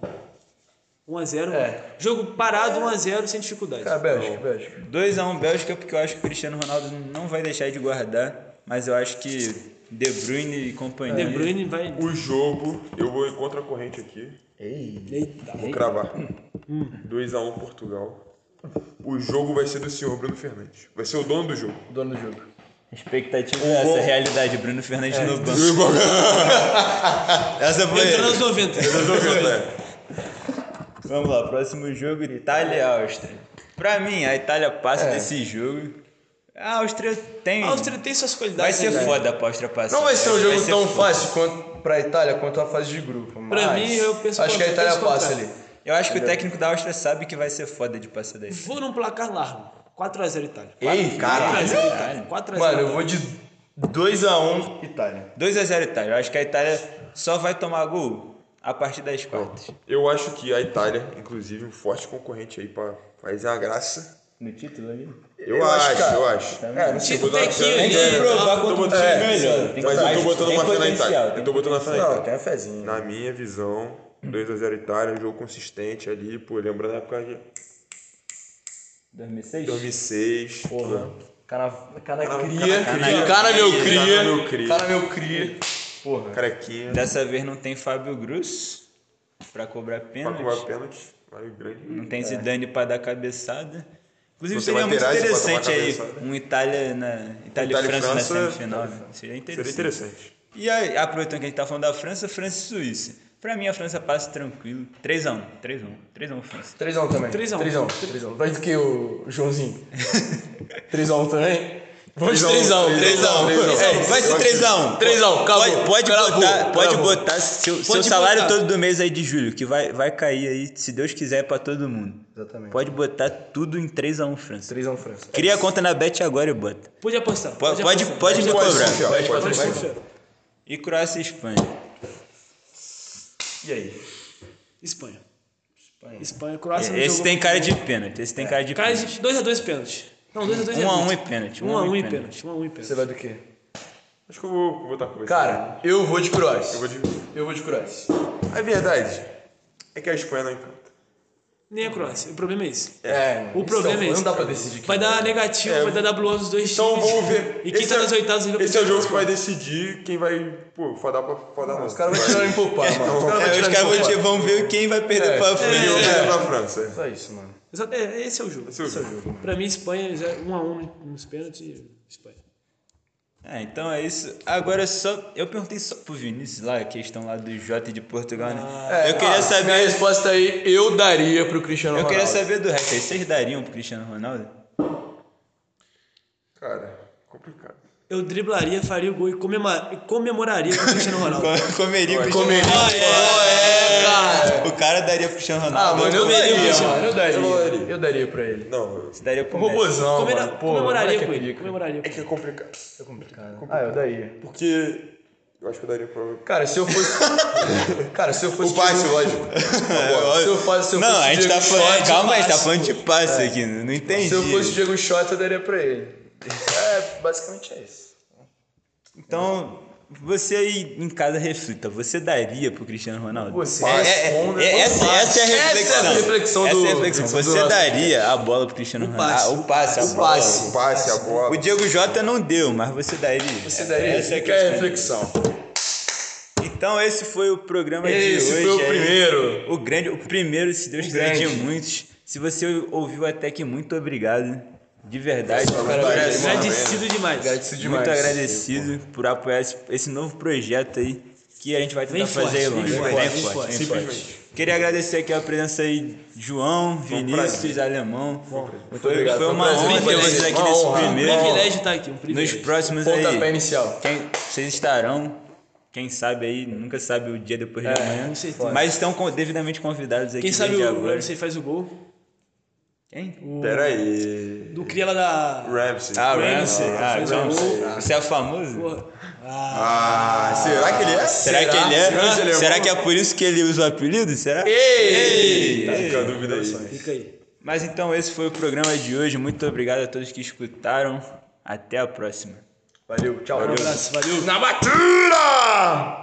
[SPEAKER 3] 1x0.
[SPEAKER 2] É.
[SPEAKER 3] Jogo parado, 1x0, sem dificuldade.
[SPEAKER 2] Cara, Bélgica, Bélgica.
[SPEAKER 1] 2x1 Bélgica, porque eu acho que o Cristiano Ronaldo não vai deixar de guardar, mas eu acho que De Bruyne e companhia.
[SPEAKER 3] De Bruyne vai.
[SPEAKER 4] O jogo, eu vou em contra a corrente aqui.
[SPEAKER 3] Eita.
[SPEAKER 4] Vou cravar. 2x1 Portugal. O jogo vai ser do senhor Bruno Fernandes. Vai ser o dono do jogo.
[SPEAKER 2] Dono do jogo.
[SPEAKER 1] Expectativa é essa, realidade. Bruno
[SPEAKER 2] É.
[SPEAKER 1] Fernandes no banco. *laughs* Essa foi.
[SPEAKER 3] Entrou nos 90.
[SPEAKER 4] né?
[SPEAKER 1] Vamos lá, próximo jogo, Itália e Áustria. Pra mim, a Itália
[SPEAKER 2] É.
[SPEAKER 1] passa desse jogo. A Áustria tem.
[SPEAKER 3] A Áustria tem suas
[SPEAKER 1] Vai
[SPEAKER 3] qualidades.
[SPEAKER 1] ser
[SPEAKER 3] né?
[SPEAKER 1] foda pra Áustria passar.
[SPEAKER 2] Não vai ser um jogo
[SPEAKER 1] ser
[SPEAKER 2] tão
[SPEAKER 1] foda.
[SPEAKER 2] fácil quanto pra Itália quanto a fase de grupo. Mas
[SPEAKER 3] Pra mim, eu penso
[SPEAKER 2] Acho que a
[SPEAKER 3] contra-
[SPEAKER 2] Itália
[SPEAKER 3] penso
[SPEAKER 2] passa ali.
[SPEAKER 3] contrário.
[SPEAKER 1] Eu acho que o técnico da Áustria sabe que vai ser foda de passar daí.
[SPEAKER 3] Vou num placar largo. 4x0 Itália.
[SPEAKER 2] Ei, cara.
[SPEAKER 3] 4x0 Itália. 4x0
[SPEAKER 2] Mano, eu
[SPEAKER 3] Itália.
[SPEAKER 2] vou de 2x1 Itália.
[SPEAKER 1] 2x0 Itália. Eu acho que a Itália só vai tomar gol a partir das quartas.
[SPEAKER 4] Eu acho que a Itália, inclusive, um forte concorrente aí pra fazer uma graça.
[SPEAKER 1] No título ali?
[SPEAKER 4] Eu,
[SPEAKER 2] Eu acho,
[SPEAKER 4] acho,
[SPEAKER 2] cara.
[SPEAKER 4] eu acho.
[SPEAKER 2] É, não sei.
[SPEAKER 4] Vou dar uma
[SPEAKER 3] Tequinho
[SPEAKER 1] Tipo,
[SPEAKER 4] chance.
[SPEAKER 1] Tem
[SPEAKER 3] ali,
[SPEAKER 1] que
[SPEAKER 3] É,
[SPEAKER 1] provar
[SPEAKER 3] tá.
[SPEAKER 1] contra um
[SPEAKER 4] Tô
[SPEAKER 1] time
[SPEAKER 4] botando-
[SPEAKER 1] melhor. Tem que
[SPEAKER 4] Mas eu
[SPEAKER 1] mais-
[SPEAKER 4] tô botando
[SPEAKER 1] tem
[SPEAKER 4] uma fé na
[SPEAKER 1] potencial,
[SPEAKER 4] Itália.
[SPEAKER 1] tem
[SPEAKER 4] Eu tô botando uma fé na
[SPEAKER 2] Não,
[SPEAKER 4] Itália.
[SPEAKER 2] tem a fezinha.
[SPEAKER 4] Na minha visão, 2x0 Itália, jogo consistente ali, pô, lembrando a época de
[SPEAKER 1] 2006?
[SPEAKER 4] 2006.
[SPEAKER 2] Porra. Cara, cara
[SPEAKER 4] cria.
[SPEAKER 1] Cria.
[SPEAKER 2] cria. Cara meu
[SPEAKER 4] Cara meu
[SPEAKER 2] cria.
[SPEAKER 4] cria.
[SPEAKER 2] Cara meu cria. Porra.
[SPEAKER 4] Carequinha,
[SPEAKER 1] Dessa vez não tem Fábio Gruz pra cobrar
[SPEAKER 4] pra
[SPEAKER 1] pênalti.
[SPEAKER 4] cobrar pênalti, Mário Grande.
[SPEAKER 1] Não tem Zidane pra dar cabeçada. Inclusive
[SPEAKER 4] Não tem
[SPEAKER 1] seria muito
[SPEAKER 4] Materazzi pra
[SPEAKER 1] interessante
[SPEAKER 4] tomar
[SPEAKER 1] aí
[SPEAKER 4] cabeçada.
[SPEAKER 1] um Itália na Itália, e
[SPEAKER 4] Itália e
[SPEAKER 1] França,
[SPEAKER 4] França,
[SPEAKER 1] na semifinal. né? Seria
[SPEAKER 4] Seria
[SPEAKER 1] interessante.
[SPEAKER 4] interessante.
[SPEAKER 1] E aí, aproveitando que a gente tá falando da França, França e Suíça. Pra mim a França passa tranquilo. 3x1, 3x1, 3x1 França.
[SPEAKER 2] 3x1 também.
[SPEAKER 3] 3x1.
[SPEAKER 2] 3x1. 3x1. Mais do que o Joãozinho. 3x1 também? Vamos um. de 3x1.
[SPEAKER 4] 3x1. 3x1.
[SPEAKER 2] 3x1.
[SPEAKER 1] É, vai ser 3x1.
[SPEAKER 2] 3x1, acabou.
[SPEAKER 1] Pode, pode
[SPEAKER 2] Acabou,
[SPEAKER 1] botar, pode
[SPEAKER 2] acabou.
[SPEAKER 1] botar seu, seu
[SPEAKER 3] Pode
[SPEAKER 1] salário
[SPEAKER 3] botar.
[SPEAKER 1] todo do mês aí de julho, que vai, vai cair aí, se Deus quiser, pra todo mundo.
[SPEAKER 2] Exatamente.
[SPEAKER 1] Pode botar tudo em 3x1 França.
[SPEAKER 2] 3x1 França.
[SPEAKER 1] Cria a conta na Bet agora e bota.
[SPEAKER 3] Pode apostar.
[SPEAKER 1] Pode, pode,
[SPEAKER 3] apostar.
[SPEAKER 1] pode me
[SPEAKER 4] Pode assim,
[SPEAKER 1] cobrar.
[SPEAKER 4] confiar, pode
[SPEAKER 3] Pode
[SPEAKER 4] confiar.
[SPEAKER 3] confiar.
[SPEAKER 1] E Croácia e Espanha.
[SPEAKER 2] E aí?
[SPEAKER 3] Espanha. Espanha, Croácia não
[SPEAKER 1] Esse
[SPEAKER 3] jogou
[SPEAKER 1] tem
[SPEAKER 3] muito
[SPEAKER 1] cara
[SPEAKER 3] bem.
[SPEAKER 1] de pênalti. Esse tem cara de
[SPEAKER 3] Cara
[SPEAKER 1] pênalti.
[SPEAKER 3] de 2x2 pênalti. Não, 2x2
[SPEAKER 1] Um a um e pênalti, um a
[SPEAKER 3] 1x1
[SPEAKER 1] um
[SPEAKER 3] e
[SPEAKER 1] e
[SPEAKER 3] pênalti. 1x1 e
[SPEAKER 2] Você
[SPEAKER 3] pênalti.
[SPEAKER 2] vai do quê?
[SPEAKER 4] Acho que eu vou botar com você.
[SPEAKER 2] Cara, eu vou de Croácia.
[SPEAKER 4] eu vou de.
[SPEAKER 2] Eu vou de Croácia.
[SPEAKER 4] A verdade é que a Espanha não encanta.
[SPEAKER 3] Nem a Croácia. O problema é esse.
[SPEAKER 2] É.
[SPEAKER 4] Então,
[SPEAKER 3] O problema é
[SPEAKER 2] Não
[SPEAKER 3] esse.
[SPEAKER 2] dá pra decidir.
[SPEAKER 3] Vai dar negativo, vai dar W dos dois
[SPEAKER 4] É, Então
[SPEAKER 3] times.
[SPEAKER 4] vamos ver.
[SPEAKER 3] E quem
[SPEAKER 4] Esse
[SPEAKER 3] tá
[SPEAKER 4] é-
[SPEAKER 3] nas oitavas vai
[SPEAKER 4] Esse é o jogo que vai decidir quem vai, pô, fodar pra fodar não.
[SPEAKER 2] Os caras vão tirar em poupar, mano.
[SPEAKER 1] É, os caras vão te- vão ver quem vai perder pra
[SPEAKER 2] É.
[SPEAKER 1] frente.
[SPEAKER 4] vão pra França. é.
[SPEAKER 2] Só isso, mano.
[SPEAKER 3] Exato, é, esse é o jogo.
[SPEAKER 4] Esse é o jogo.
[SPEAKER 3] Pra mim, Espanha, já, um a um nos pênaltis, e Espanha.
[SPEAKER 1] Ah, então é isso. Agora é só. Eu perguntei só pro Vinícius lá, a questão lá do J de Portugal, né? eu
[SPEAKER 2] ah,
[SPEAKER 1] queria saber.
[SPEAKER 2] Minha resposta aí, eu daria pro Cristiano
[SPEAKER 1] Eu
[SPEAKER 2] Ronaldo.
[SPEAKER 1] queria saber do resto aí. Vocês dariam pro Cristiano Ronaldo?
[SPEAKER 4] Cara, complicado.
[SPEAKER 3] Eu driblaria, faria o gol e comemora- e comemoraria com
[SPEAKER 4] *laughs*
[SPEAKER 3] o Cristiano Ronaldo.
[SPEAKER 1] Co- Comeria o Cristiano
[SPEAKER 2] Comeria.
[SPEAKER 1] Ronaldo.
[SPEAKER 2] Oh, é, cara.
[SPEAKER 1] O cara daria pro Cristiano
[SPEAKER 2] Ah,
[SPEAKER 1] Ronaldo.
[SPEAKER 2] mano, eu
[SPEAKER 1] Comeria.
[SPEAKER 2] daria,
[SPEAKER 3] Cristiano.
[SPEAKER 2] mano. Eu daria. Eu daria pra ele.
[SPEAKER 4] Não, eu-
[SPEAKER 1] Você daria pro Messi.
[SPEAKER 2] Robozão,
[SPEAKER 3] Comera-
[SPEAKER 2] mano. Pô,
[SPEAKER 3] comemoraria
[SPEAKER 2] moleque é
[SPEAKER 3] com ele.
[SPEAKER 2] pica.
[SPEAKER 3] Comemoraria com
[SPEAKER 4] é que é complicado.
[SPEAKER 2] É complicado. Ah, eu daria.
[SPEAKER 4] Porque eu acho que eu daria pra...
[SPEAKER 2] Cara, se eu fosse... Cara, se eu fosse... *laughs*
[SPEAKER 4] O passe, lógico.
[SPEAKER 2] Se eu fosse... Se eu
[SPEAKER 1] É, Não,
[SPEAKER 2] fosse
[SPEAKER 1] a gente tá
[SPEAKER 2] Diego
[SPEAKER 1] falando.
[SPEAKER 2] Schott,
[SPEAKER 1] Calma, a gente tá
[SPEAKER 2] passe,
[SPEAKER 1] falando de
[SPEAKER 2] pô.
[SPEAKER 1] passe aqui. Não não entendi.
[SPEAKER 2] É. Se eu fosse Diego Schott, eu daria pra ele. É, basicamente é isso.
[SPEAKER 1] Então, você aí em casa reflita, você daria pro Cristiano Ronaldo?
[SPEAKER 2] Você
[SPEAKER 1] É, é,
[SPEAKER 2] responda,
[SPEAKER 1] é,
[SPEAKER 2] não
[SPEAKER 1] essa,
[SPEAKER 2] faz.
[SPEAKER 1] essa é a reflexão.
[SPEAKER 2] Essa é a reflexão
[SPEAKER 1] Essa
[SPEAKER 2] do-
[SPEAKER 1] é a reflexão.
[SPEAKER 2] do
[SPEAKER 1] Você
[SPEAKER 2] nosso-
[SPEAKER 1] daria a bola pro Cristiano Ronaldo?
[SPEAKER 3] passe.
[SPEAKER 1] Ah, o passe, a
[SPEAKER 2] O
[SPEAKER 1] bola.
[SPEAKER 2] passe.
[SPEAKER 4] O passe, a bola.
[SPEAKER 1] O Diego Jota não deu, mas você daria.
[SPEAKER 2] Você daria?
[SPEAKER 1] Essa é a
[SPEAKER 2] Fica aí a
[SPEAKER 1] questão.
[SPEAKER 2] reflexão.
[SPEAKER 1] Então esse foi o programa
[SPEAKER 2] Esse
[SPEAKER 1] de hoje.
[SPEAKER 2] foi o
[SPEAKER 1] aí.
[SPEAKER 2] primeiro.
[SPEAKER 1] O grande, o primeiro, se Deus
[SPEAKER 2] O
[SPEAKER 1] quiser, de
[SPEAKER 2] grande.
[SPEAKER 1] muitos. Se você ouviu até aqui, muito obrigado. De verdade.
[SPEAKER 4] é
[SPEAKER 3] Agradecido é demais.
[SPEAKER 2] Agradecido demais.
[SPEAKER 1] Muito agradecido por apoiar esse, esse novo projeto aí que a gente vai tentar
[SPEAKER 3] Vem forte,
[SPEAKER 1] fazer longe.
[SPEAKER 3] vem forte,
[SPEAKER 1] Bem
[SPEAKER 3] vem
[SPEAKER 1] forte,
[SPEAKER 3] forte.
[SPEAKER 1] bem forte. Queria agradecer aqui a presença aí de João,
[SPEAKER 2] um
[SPEAKER 1] Vinícius, Alemão. Muito
[SPEAKER 2] obrigado,
[SPEAKER 1] Foi
[SPEAKER 2] foi um
[SPEAKER 1] uma
[SPEAKER 2] prazer.
[SPEAKER 1] honra ter vocês aqui
[SPEAKER 2] Uma
[SPEAKER 1] nesse
[SPEAKER 2] honra.
[SPEAKER 1] primeiro.
[SPEAKER 3] Privilégio estar aqui, um
[SPEAKER 1] Nos
[SPEAKER 3] privilégio.
[SPEAKER 1] próximos
[SPEAKER 2] Pontapé
[SPEAKER 1] aí,
[SPEAKER 2] inicial.
[SPEAKER 1] quem, vocês estarão. Quem sabe aí, nunca sabe o dia depois de amanhã.
[SPEAKER 3] É, com certeza.
[SPEAKER 1] Mas estão con- devidamente convidados aqui
[SPEAKER 3] Quem sabe
[SPEAKER 1] desde
[SPEAKER 3] o
[SPEAKER 1] agora.
[SPEAKER 3] Ramsey faz o gol
[SPEAKER 1] Quem?
[SPEAKER 4] Pera aí.
[SPEAKER 3] do Cria lá da...
[SPEAKER 4] Ramsey.
[SPEAKER 1] Ah,
[SPEAKER 3] Ramsey.
[SPEAKER 1] Ramsey. Ah,
[SPEAKER 3] Faz o
[SPEAKER 1] Ramsey.
[SPEAKER 3] gol.
[SPEAKER 1] Você é famoso?
[SPEAKER 3] Porra. Ah,
[SPEAKER 4] Ah, será que ele é?
[SPEAKER 1] Será, que ele é?
[SPEAKER 4] Será que ele é
[SPEAKER 1] Será
[SPEAKER 4] bom?
[SPEAKER 1] que é por isso que ele usa o apelido? Será?
[SPEAKER 4] Tá, fica a dúvida aí.
[SPEAKER 3] fica aí. Um
[SPEAKER 1] Mas então esse foi o programa de hoje. Muito obrigado a todos que escutaram. Até a próxima.
[SPEAKER 2] Valeu, tchau.
[SPEAKER 3] Um abraço, valeu.
[SPEAKER 2] Na batida!